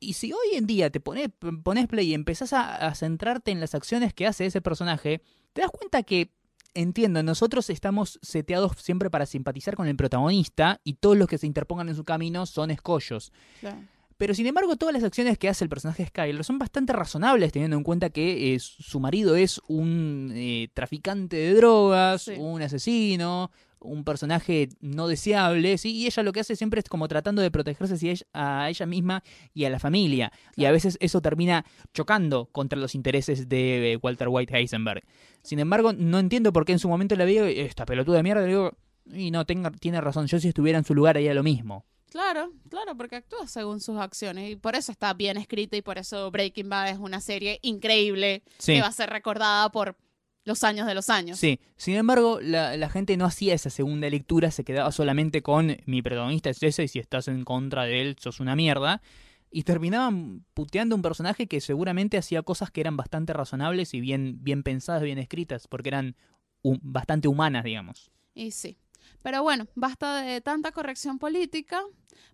Speaker 1: Y si hoy en día te pones, pones play y empezás a, a centrarte en las acciones que hace ese personaje, te das cuenta que, entiendo, nosotros estamos seteados siempre para simpatizar con el protagonista y todos los que se interpongan en su camino son escollos.
Speaker 2: Claro.
Speaker 1: Pero sin embargo, todas las acciones que hace el personaje de Skyler son bastante razonables, teniendo en cuenta que eh, su marido es un eh, traficante de drogas,
Speaker 2: Sí.
Speaker 1: un asesino, un personaje no deseable, ¿sí? y ella lo que hace siempre es como tratando de protegerse hacia ella- a ella misma y a la familia. Y a veces eso termina chocando contra los intereses de eh, Walter White Heisenberg. Sin embargo, no entiendo por qué en su momento la veo y, esta pelotuda de mierda, le digo, y no, tenga- tiene razón, yo si estuviera en su lugar haría lo mismo.
Speaker 2: Claro, claro, porque actúa según sus acciones y por eso está bien escrita y por eso Breaking Bad es una serie increíble
Speaker 1: Sí.
Speaker 2: que va a ser recordada por los años de los años.
Speaker 1: Sí, sin embargo, la, la gente no hacía esa segunda lectura, se quedaba solamente con mi protagonista es ese y si estás en contra de él sos una mierda. Y terminaban puteando un personaje que seguramente hacía cosas que eran bastante razonables y bien, bien pensadas, bien escritas, porque eran hu- bastante humanas, digamos.
Speaker 2: Y sí. Pero bueno, basta de tanta corrección política,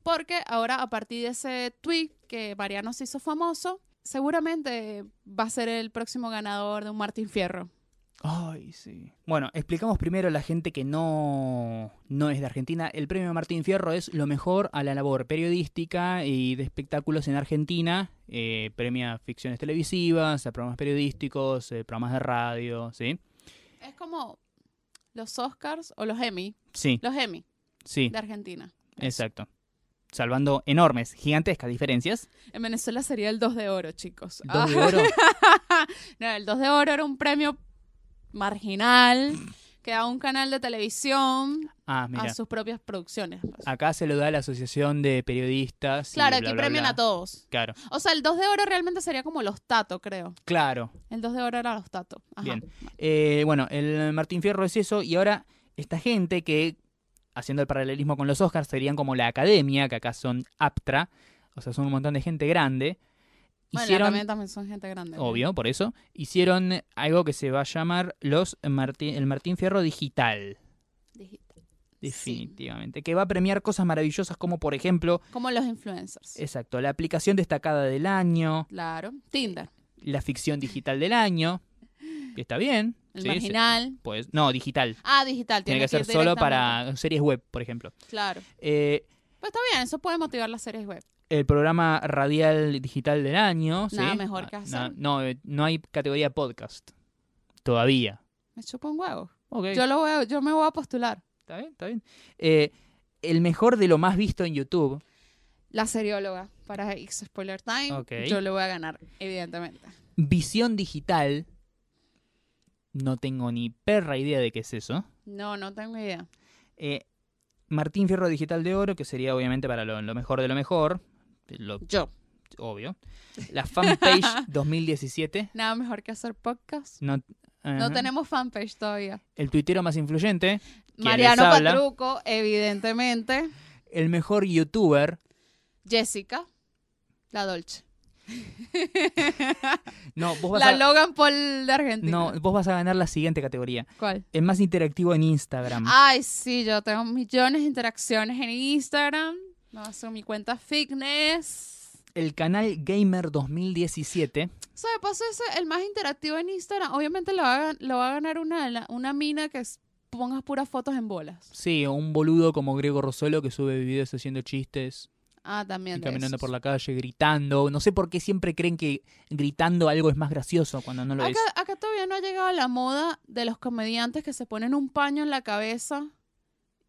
Speaker 2: porque ahora a partir de ese tweet que Mariano se hizo famoso, seguramente va a ser el próximo ganador de un Martín Fierro.
Speaker 1: Ay, sí. Bueno, explicamos primero a la gente que no, no es de Argentina. El premio Martín Fierro es lo mejor a la labor periodística y de espectáculos en Argentina. Eh, premia ficciones televisivas, a programas periodísticos, eh, programas de radio, ¿sí?
Speaker 2: Es como los Oscars o los Emmy,
Speaker 1: Sí,
Speaker 2: los Emmy
Speaker 1: sí,
Speaker 2: de Argentina.
Speaker 1: exacto. Salvando enormes, gigantescas diferencias.
Speaker 2: En Venezuela sería el 2 de oro, chicos. Ah,
Speaker 1: Dos de oro.
Speaker 2: no, el 2 de oro era un premio marginal que da un canal de televisión
Speaker 1: Ah, mira.
Speaker 2: a sus propias producciones. pues.
Speaker 1: Acá se lo da la Asociación de Periodistas. y bla,
Speaker 2: claro, aquí
Speaker 1: bla,
Speaker 2: premian
Speaker 1: bla.
Speaker 2: a todos.
Speaker 1: Claro,
Speaker 2: O sea, el 2 de oro realmente sería como los tato, creo.
Speaker 1: claro.
Speaker 2: El 2 de oro era los tato. Ajá.
Speaker 1: Bien. Eh, bueno, el Martín Fierro es eso. Y ahora, esta gente que, haciendo el paralelismo con los Oscars, serían como la academia, que acá son APTRA. O sea, son un montón de gente grande.
Speaker 2: Bueno,
Speaker 1: Hicieron,
Speaker 2: también, también son gente grande. ¿no?
Speaker 1: obvio, por eso, hicieron algo que se va a llamar los Martín, el Martín Fierro Digital.
Speaker 2: Digital.
Speaker 1: Definitivamente. Que va a premiar cosas maravillosas como, por ejemplo,
Speaker 2: Como los influencers.
Speaker 1: exacto, la aplicación destacada del año,
Speaker 2: Claro. Tinder.
Speaker 1: la ficción digital del año. Que está bien.
Speaker 2: El
Speaker 1: sí, sí,
Speaker 2: marginal.
Speaker 1: pues, no, digital.
Speaker 2: Ah, digital.
Speaker 1: Tiene que ser
Speaker 2: ir
Speaker 1: solo
Speaker 2: directamente.
Speaker 1: para series web, por ejemplo.
Speaker 2: Claro.
Speaker 1: Eh,
Speaker 2: Pues está bien, eso puede motivar las series web.
Speaker 1: el programa radial digital del año. ¿sí?
Speaker 2: Nada mejor que
Speaker 1: Ah,
Speaker 2: hacer.
Speaker 1: na- No, eh, no hay categoría podcast. Todavía.
Speaker 2: Me chupa un huevo.
Speaker 1: Ok,
Speaker 2: Yo, lo voy a- yo me voy a postular.
Speaker 1: está bien, está bien. Eh, el mejor de lo más visto en YouTube.
Speaker 2: La serióloga para X Spoiler Time.
Speaker 1: Ok.
Speaker 2: Yo lo voy a ganar, evidentemente.
Speaker 1: Visión digital. No tengo ni perra idea de qué es eso.
Speaker 2: No, no tengo idea.
Speaker 1: Eh, Martín Fierro Digital de Oro, que sería obviamente para lo, lo mejor de lo mejor. Lo
Speaker 2: Yo.
Speaker 1: obvio. La fanpage 2017.
Speaker 2: Nada mejor que hacer podcast.
Speaker 1: No,
Speaker 2: No
Speaker 1: ajá.
Speaker 2: tenemos fanpage todavía.
Speaker 1: El tuitero más influyente. les
Speaker 2: Mariano
Speaker 1: habla?
Speaker 2: Patruco, evidentemente.
Speaker 1: El mejor youtuber.
Speaker 2: Jessica, la Dolce.
Speaker 1: No, vos vas
Speaker 2: La
Speaker 1: a...
Speaker 2: Logan Paul de Argentina.
Speaker 1: No, vos vas a ganar la siguiente categoría.
Speaker 2: ¿Cuál?
Speaker 1: El más interactivo en Instagram.
Speaker 2: Ay, sí, yo tengo millones de interacciones en Instagram. Me hacer mi cuenta fitness.
Speaker 1: El canal Gamer 2017.
Speaker 2: O sea, de paso, ese, el más interactivo en Instagram, obviamente lo va a, gan- lo va a ganar una, la- una mina que s- ponga puras fotos en bolas.
Speaker 1: Sí, un boludo como Grego Rosolo que sube videos haciendo chistes
Speaker 2: Ah, también.
Speaker 1: y
Speaker 2: de
Speaker 1: caminando
Speaker 2: esos.
Speaker 1: por la calle, gritando. No sé por qué siempre creen que gritando algo es más gracioso cuando no lo es.
Speaker 2: Acá, acá todavía no ha llegado la moda de los comediantes que se ponen un paño en la cabeza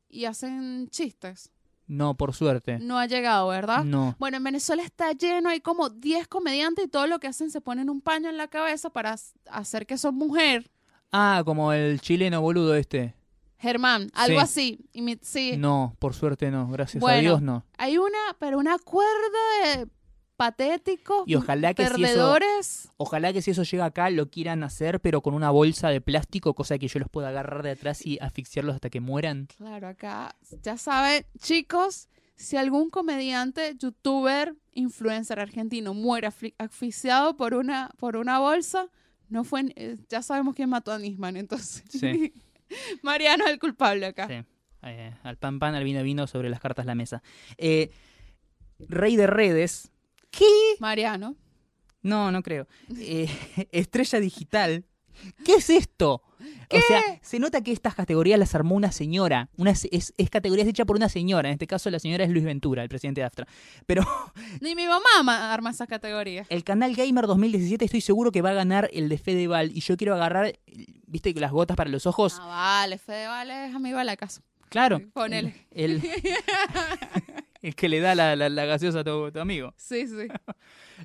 Speaker 2: y hacen chistes.
Speaker 1: No, por suerte.
Speaker 2: No ha llegado, ¿verdad?
Speaker 1: No.
Speaker 2: Bueno, en Venezuela está lleno, hay como 10 comediantes y todo lo que hacen se ponen un paño en la cabeza para s- hacer que son mujer.
Speaker 1: Ah, como el chileno boludo este.
Speaker 2: Germán, algo así. Y mi- sí,
Speaker 1: No, por suerte no. Gracias a
Speaker 2: Bueno.
Speaker 1: Dios no.
Speaker 2: hay una, pero una cuerda de patéticos,
Speaker 1: Y ojalá que si eso
Speaker 2: perdedores.
Speaker 1: Ojalá que si eso llega acá lo quieran hacer, pero con una bolsa de plástico, cosa que yo los pueda agarrar de atrás y asfixiarlos hasta que mueran.
Speaker 2: Claro, acá ya saben, chicos, si algún comediante, youtuber, influencer argentino muere afli- asfixiado por una, por una bolsa, no fue, eh, ya sabemos quién mató a Nisman, entonces.
Speaker 1: Sí.
Speaker 2: Mariano es el culpable acá.
Speaker 1: Sí. Eh, al pan pan, al vino vino, sobre las cartas la mesa. Eh, Rey de redes. ¿Qué?
Speaker 2: Mariano.
Speaker 1: No, no creo. Eh, estrella digital. ¿Qué es esto? O sea, se nota que estas categorías las armó una señora. Una, se- es, es categorías hechas por una señora. En este caso, la señora es Luis Ventura, el presidente de Astra. Pero
Speaker 2: Ni mi mamá ma- arma esas categorías.
Speaker 1: El canal Gamer 2017 estoy seguro que va a ganar el de Fedeval y yo quiero agarrar, viste, las gotas para los ojos.
Speaker 2: Ah, vale, Fede, vale, es amigo de la casa.
Speaker 1: claro.
Speaker 2: ponele.
Speaker 1: El, el que le da la, la- la gaseosa a tu, tu amigo.
Speaker 2: Sí, sí.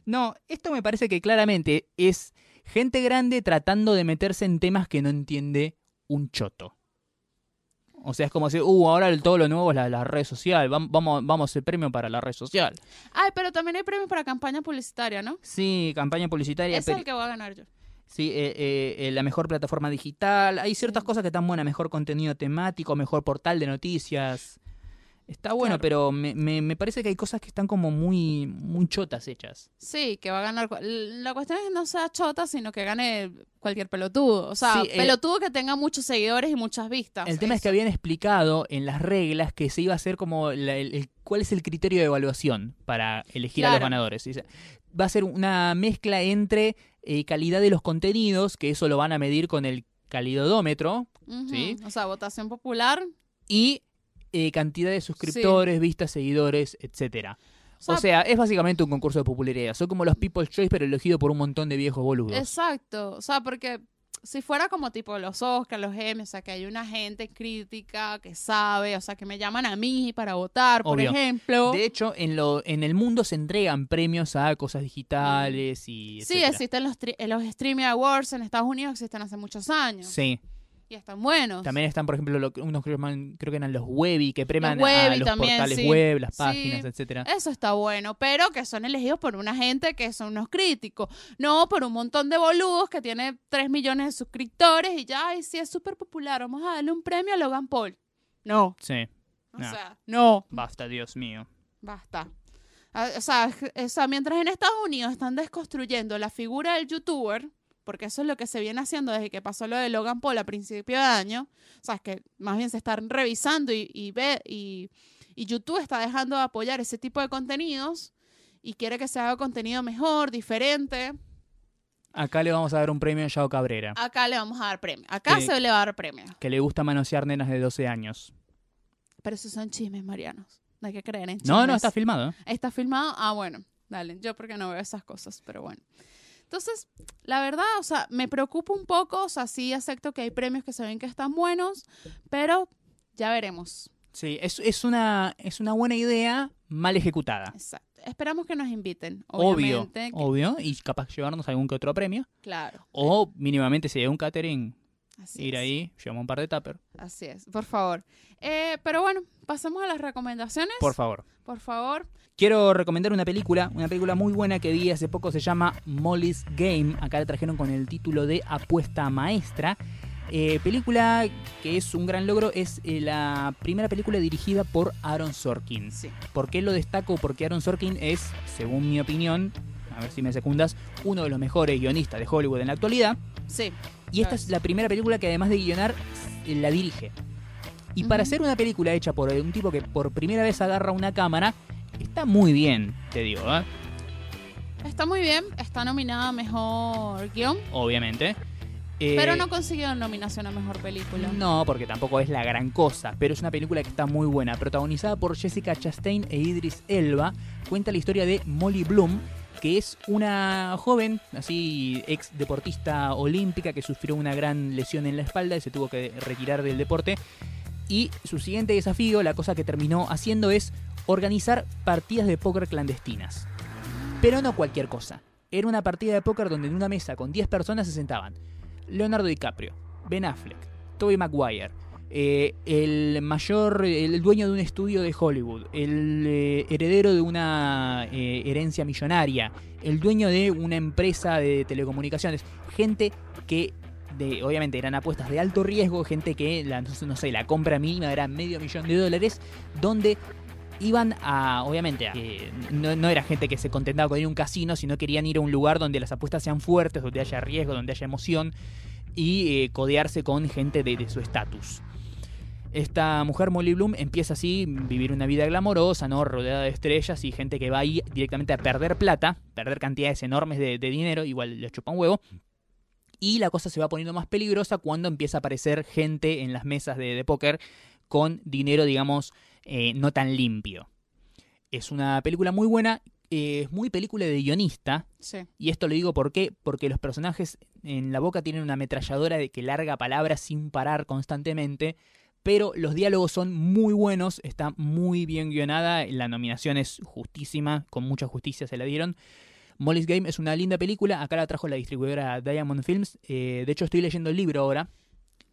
Speaker 1: No, esto me parece que claramente es gente grande tratando de meterse en temas que no entiende un choto. O sea, es como si, uh, ahora el- todo lo nuevo es la, la red social, vam- vamos, vamos el premio para la red social.
Speaker 2: Ay, pero también hay premios para campaña publicitaria, ¿no?
Speaker 1: Sí, campaña publicitaria.
Speaker 2: Ese es
Speaker 1: pero-
Speaker 2: el que voy a ganar yo.
Speaker 1: Sí, eh, eh, eh, la mejor plataforma digital. Hay ciertas cosas que están buenas. Mejor contenido temático, mejor portal de noticias. Está bueno,
Speaker 2: Claro.
Speaker 1: pero me, me- me parece que hay cosas que están como muy, muy chotas hechas.
Speaker 2: Sí, que va a ganar. cu- La cuestión es que no sea chota, sino que gane cualquier pelotudo. O sea,
Speaker 1: Sí, eh,
Speaker 2: pelotudo que tenga muchos seguidores y muchas vistas.
Speaker 1: el tema es que habían explicado en las reglas que se iba a hacer como la- el, el- cuál es el criterio de evaluación para elegir a los
Speaker 2: Claro.
Speaker 1: ganadores. Dice, Va a ser una mezcla entre eh, calidad de los contenidos, que eso lo van a medir con el calidodómetro,
Speaker 2: Ujú.
Speaker 1: sí.
Speaker 2: O sea, votación popular.
Speaker 1: y eh, cantidad de suscriptores, vistas, seguidores, etcétera.
Speaker 2: O
Speaker 1: O
Speaker 2: sea,
Speaker 1: sea, es básicamente un concurso de popularidad. Son como los People's Choice, pero elegido por un montón de viejos boludos.
Speaker 2: exacto. O sea, porque si fuera como tipo los Oscars, los Emmy, o sea, que hay una gente crítica que sabe, o sea, que me llaman a mí para votar,
Speaker 1: Obvio.
Speaker 2: por ejemplo.
Speaker 1: De hecho, en, lo, en el mundo se entregan premios a cosas digitales y
Speaker 2: Sí,
Speaker 1: etcétera.
Speaker 2: existen los, tri- eh, los Streaming Awards en Estados Unidos, existen hace muchos años.
Speaker 1: Sí.
Speaker 2: Y están buenos.
Speaker 1: También están, por ejemplo, lo que- unos que llaman- creo que eran los Webby, que preman a
Speaker 2: Webby
Speaker 1: los
Speaker 2: también,
Speaker 1: portales
Speaker 2: sí.
Speaker 1: web, las
Speaker 2: Sí.
Speaker 1: páginas, etcétera.
Speaker 2: Eso está bueno, pero que son elegidos por una gente que son unos críticos, no por un montón de boludos que tiene 3 millones de suscriptores y ya, ay, sí, es súper popular, vamos a darle un premio a Logan Paul. No,
Speaker 1: Sí,
Speaker 2: o
Speaker 1: No.
Speaker 2: sea, no,
Speaker 1: basta, Dios mío.
Speaker 2: basta. Ah, O sea, j- o sea, mientras en Estados Unidos están desconstruyendo la figura del youtuber, porque eso es lo que se viene haciendo desde que pasó lo de Logan Paul a principio de año, o sea, es que más bien se están revisando y, y ve, y, y YouTube está dejando de apoyar ese tipo de contenidos y quiere que se haga contenido mejor, diferente.
Speaker 1: Acá le vamos a dar un premio a Yao Cabrera,
Speaker 2: Acá le vamos a dar premio. Acá
Speaker 1: Sí.
Speaker 2: se le va a dar premio.
Speaker 1: que le gusta manosear nenas de 12 años.
Speaker 2: Pero esos son chismes, Marianos. No hay que creer en chismes.
Speaker 1: No, no, está filmado. ¿eh?
Speaker 2: ¿Está filmado? Ah, bueno, dale. Yo porque no veo esas cosas, pero bueno. Entonces, la verdad, o sea, me preocupa un poco. O sea, sí acepto que hay premios que se ven que están buenos, pero ya veremos.
Speaker 1: Sí, es, es, una, es una buena idea mal ejecutada.
Speaker 2: Exacto. Esperamos que nos inviten,
Speaker 1: Obvio,
Speaker 2: obviamente. que-
Speaker 1: obvio, y capaz llevarnos algún que otro premio.
Speaker 2: Claro.
Speaker 1: O mínimamente si hay un catering,
Speaker 2: Así
Speaker 1: ir
Speaker 2: es.
Speaker 1: ahí, llevamos un par de tupper.
Speaker 2: Así es, por favor. Eh, pero bueno, pasemos a las recomendaciones.
Speaker 1: Por favor.
Speaker 2: Por favor.
Speaker 1: Quiero recomendar una película, una película muy buena que vi hace poco, se llama Molly's Game. Acá la trajeron con el título de Apuesta Maestra. Eh, película que es un gran logro, es eh, la primera película dirigida por Aaron Sorkin.
Speaker 2: Sí.
Speaker 1: ¿Por qué lo destaco? Porque Aaron Sorkin es, según mi opinión, a ver si me secundas, uno de los mejores guionistas de Hollywood en la actualidad.
Speaker 2: Sí.
Speaker 1: Y esta
Speaker 2: Claro.
Speaker 1: es la primera película que además de guionar, eh, la dirige. Y para
Speaker 2: Ujú.
Speaker 1: hacer una película hecha por un tipo que por primera vez agarra una cámara, está muy bien, te digo, ¿eh?
Speaker 2: Está muy bien. Está nominada a mejor guión,
Speaker 1: obviamente. Eh,
Speaker 2: pero no consiguió nominación a mejor película.
Speaker 1: No, porque tampoco es la gran cosa, pero es una película que está muy buena. Protagonizada por Jessica Chastain e Idris Elba, cuenta la historia de Molly Bloom, que es una joven, así ex deportista olímpica, que sufrió una gran lesión en la espalda y se tuvo que retirar del deporte. Y su siguiente desafío, la cosa que terminó haciendo es organizar partidas de póker clandestinas. Pero no cualquier cosa. Era una partida de póker donde en una mesa con 10 personas se sentaban Leonardo DiCaprio, Ben Affleck, Tobey Maguire, eh, el mayor, el dueño de un estudio de Hollywood, el eh, heredero de una eh, herencia millonaria, el dueño de una empresa de telecomunicaciones, gente que de- obviamente eran apuestas de alto riesgo, gente que la, no sé- no sé, la compra mínima era medio millón de dólares, donde iban a, obviamente, a- que no, no era gente que se contentaba con ir a un casino, sino querían ir a un lugar donde las apuestas sean fuertes, donde haya riesgo, donde haya emoción, y eh, codearse con gente de, de su estatus. Esta mujer, Molly Bloom, empieza así, vivir una vida glamorosa, ¿no? Rodeada de estrellas y gente que va ahí directamente a perder plata, perder cantidades enormes de, de dinero, igual le chupa un huevo. Y la cosa se va poniendo más peligrosa cuando empieza a aparecer gente en las mesas de, de póker con dinero, digamos, eh, no tan limpio. Es una película muy buena, eh, es muy película de guionista,
Speaker 2: Sí.
Speaker 1: y esto lo digo por qué, porque los personajes en la boca tienen una ametralladora de que larga palabras sin parar constantemente, pero los diálogos son muy buenos, está muy bien guionada, la nominación es justísima, con mucha justicia se la dieron. Molly's Game es una linda película, acá la trajo la distribuidora Diamond Films, eh, de hecho estoy leyendo el libro ahora.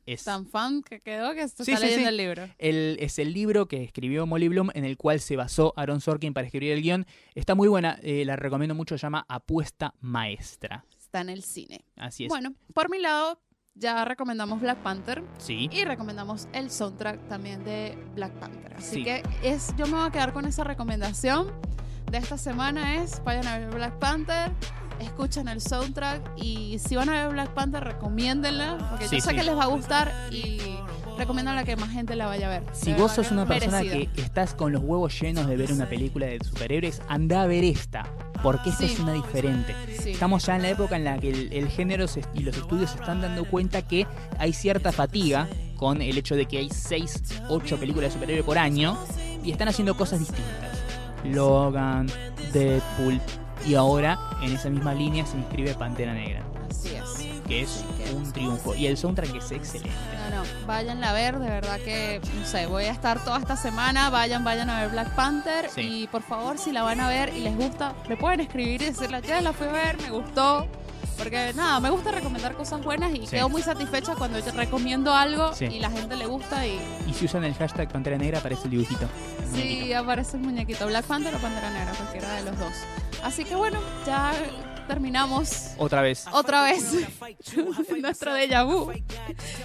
Speaker 1: Es,
Speaker 2: Tan fan que quedó que se
Speaker 1: Sí,
Speaker 2: está
Speaker 1: sí,
Speaker 2: leyendo
Speaker 1: sí.
Speaker 2: el libro.
Speaker 1: el, es el libro que escribió Molly Bloom, en el cual se basó Aaron Sorkin para escribir el guión. Está muy buena, eh, la recomiendo mucho, se llama Apuesta Maestra.
Speaker 2: Está en el cine.
Speaker 1: Así es.
Speaker 2: Bueno, por mi lado, ya recomendamos Black Panther
Speaker 1: sí.
Speaker 2: y recomendamos el soundtrack también de Black Panther. Así
Speaker 1: Sí.
Speaker 2: que es, yo me voy a quedar con esa recomendación de esta semana es vayan a ver Black Panther, escuchen el soundtrack y si van a ver Black Panther recomiéndenla porque
Speaker 1: Sí,
Speaker 2: yo sé
Speaker 1: sí.
Speaker 2: que les va a gustar y recomiendo a la que más gente la vaya a ver.
Speaker 1: Si
Speaker 2: De
Speaker 1: vos
Speaker 2: verdad
Speaker 1: sos una persona
Speaker 2: merecida.
Speaker 1: que estás con los huevos llenos de ver una película de superhéroes, anda a ver esta, porque esta
Speaker 2: Sí.
Speaker 1: es una diferente.
Speaker 2: Sí.
Speaker 1: Estamos ya en la época en la que el, el género se- y los estudios se están dando cuenta que hay cierta fatiga con el hecho de que hay 6, 8 películas de superhéroes por año y están haciendo cosas distintas. Logan, Deadpool y ahora en esa misma línea se inscribe Pantera Negra,
Speaker 2: Así es.
Speaker 1: que es un triunfo y el soundtrack es excelente.
Speaker 2: No, no, váyanla a ver, de verdad que, no sé, voy a estar toda esta semana, vayan, vayan a ver Black Panther
Speaker 1: Sí.
Speaker 2: y por favor, si la van a ver y les gusta, me pueden escribir y decirle, ya la fui a ver, me gustó, Porque nada, me gusta recomendar cosas buenas y
Speaker 1: Sí.
Speaker 2: quedo muy satisfecha cuando yo recomiendo algo
Speaker 1: Sí.
Speaker 2: y la gente le gusta y
Speaker 1: Y si usan el hashtag Pantera Negra aparece el dibujito. El muñequito.
Speaker 2: sí aparece el muñequito Black Panther o Pantera Negra, cualquiera de los dos. Así que bueno, ya terminamos
Speaker 1: Otra vez.
Speaker 2: otra vez nuestro déjà vu.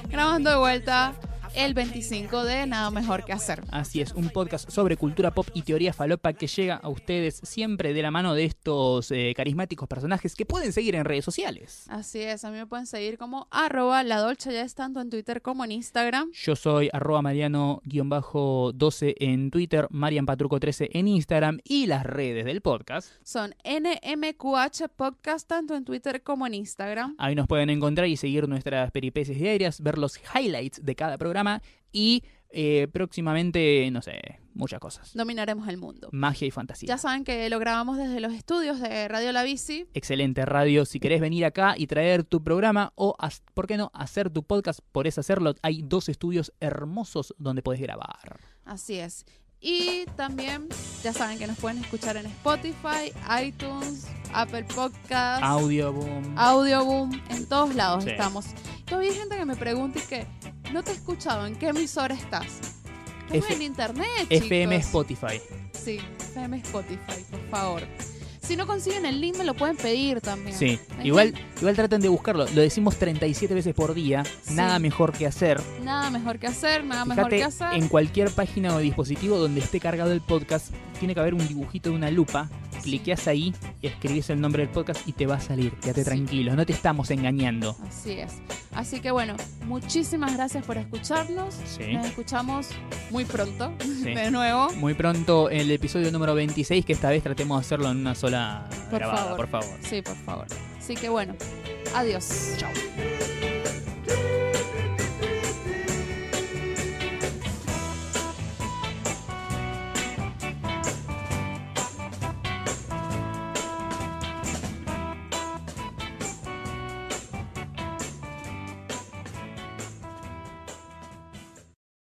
Speaker 2: Grabando de vuelta el 25 de Nada Mejor Que Hacer.
Speaker 1: Así es, un podcast sobre cultura pop y teoría falopa que llega a ustedes siempre de la mano de estos eh, carismáticos personajes que pueden seguir en redes sociales.
Speaker 2: Así es, a mí me pueden seguir como arroba la dolce ya es tanto en Twitter como en Instagram.
Speaker 1: Yo soy arroba mariano-12 en Twitter, marianpatruco13 en Instagram y las redes del podcast.
Speaker 2: Son NMQH Podcast tanto en Twitter como en Instagram.
Speaker 1: Ahí nos pueden encontrar y seguir nuestras peripecias diarias, ver los highlights de cada programa y eh, próximamente, no sé, muchas cosas.
Speaker 2: Dominaremos el mundo.
Speaker 1: Magia y fantasía.
Speaker 2: Ya saben que lo grabamos desde los estudios de Radio La Bici.
Speaker 1: Excelente radio. Si querés venir acá y traer tu programa o, has- ¿por qué no?, hacer tu podcast, podés hacerlo. Hay dos estudios hermosos donde podés grabar.
Speaker 2: Así es. Y también ya saben que nos pueden escuchar en Spotify, iTunes, Apple Podcasts,
Speaker 1: Audio, boom.
Speaker 2: Ah, Audioboom, en todos lados
Speaker 1: Sí.
Speaker 2: estamos. Todavía hay gente que me pregunta y que no te he escuchado, ¿en qué emisora estás? Estamos
Speaker 1: F-
Speaker 2: en internet,
Speaker 1: FM
Speaker 2: chicos.
Speaker 1: Spotify.
Speaker 2: Sí, FM Spotify, por favor. Si no consiguen el link, me lo pueden pedir también.
Speaker 1: Sí.
Speaker 2: ¿Entienden?
Speaker 1: Igual, igual traten de buscarlo. Lo decimos 37 veces por día.
Speaker 2: Sí.
Speaker 1: Nada mejor que hacer.
Speaker 2: Nada mejor que hacer, nada mejor
Speaker 1: Fíjate,
Speaker 2: que hacer.
Speaker 1: en cualquier página o dispositivo donde esté cargado el podcast, tiene que haber un dibujito de una lupa. Cliqueas ahí y escribís el nombre del podcast y te va a salir. Quédate
Speaker 2: Sí.
Speaker 1: tranquilo, no te estamos engañando.
Speaker 2: Así es. Así que bueno, muchísimas gracias por escucharnos.
Speaker 1: Sí.
Speaker 2: Nos escuchamos muy pronto,
Speaker 1: Sí.
Speaker 2: de nuevo.
Speaker 1: Muy pronto el episodio número 26, que esta vez tratemos de hacerlo en una sola
Speaker 2: Por
Speaker 1: grabada,
Speaker 2: favor.
Speaker 1: por favor.
Speaker 2: Sí, por favor. Así que bueno, adiós.
Speaker 1: Chao.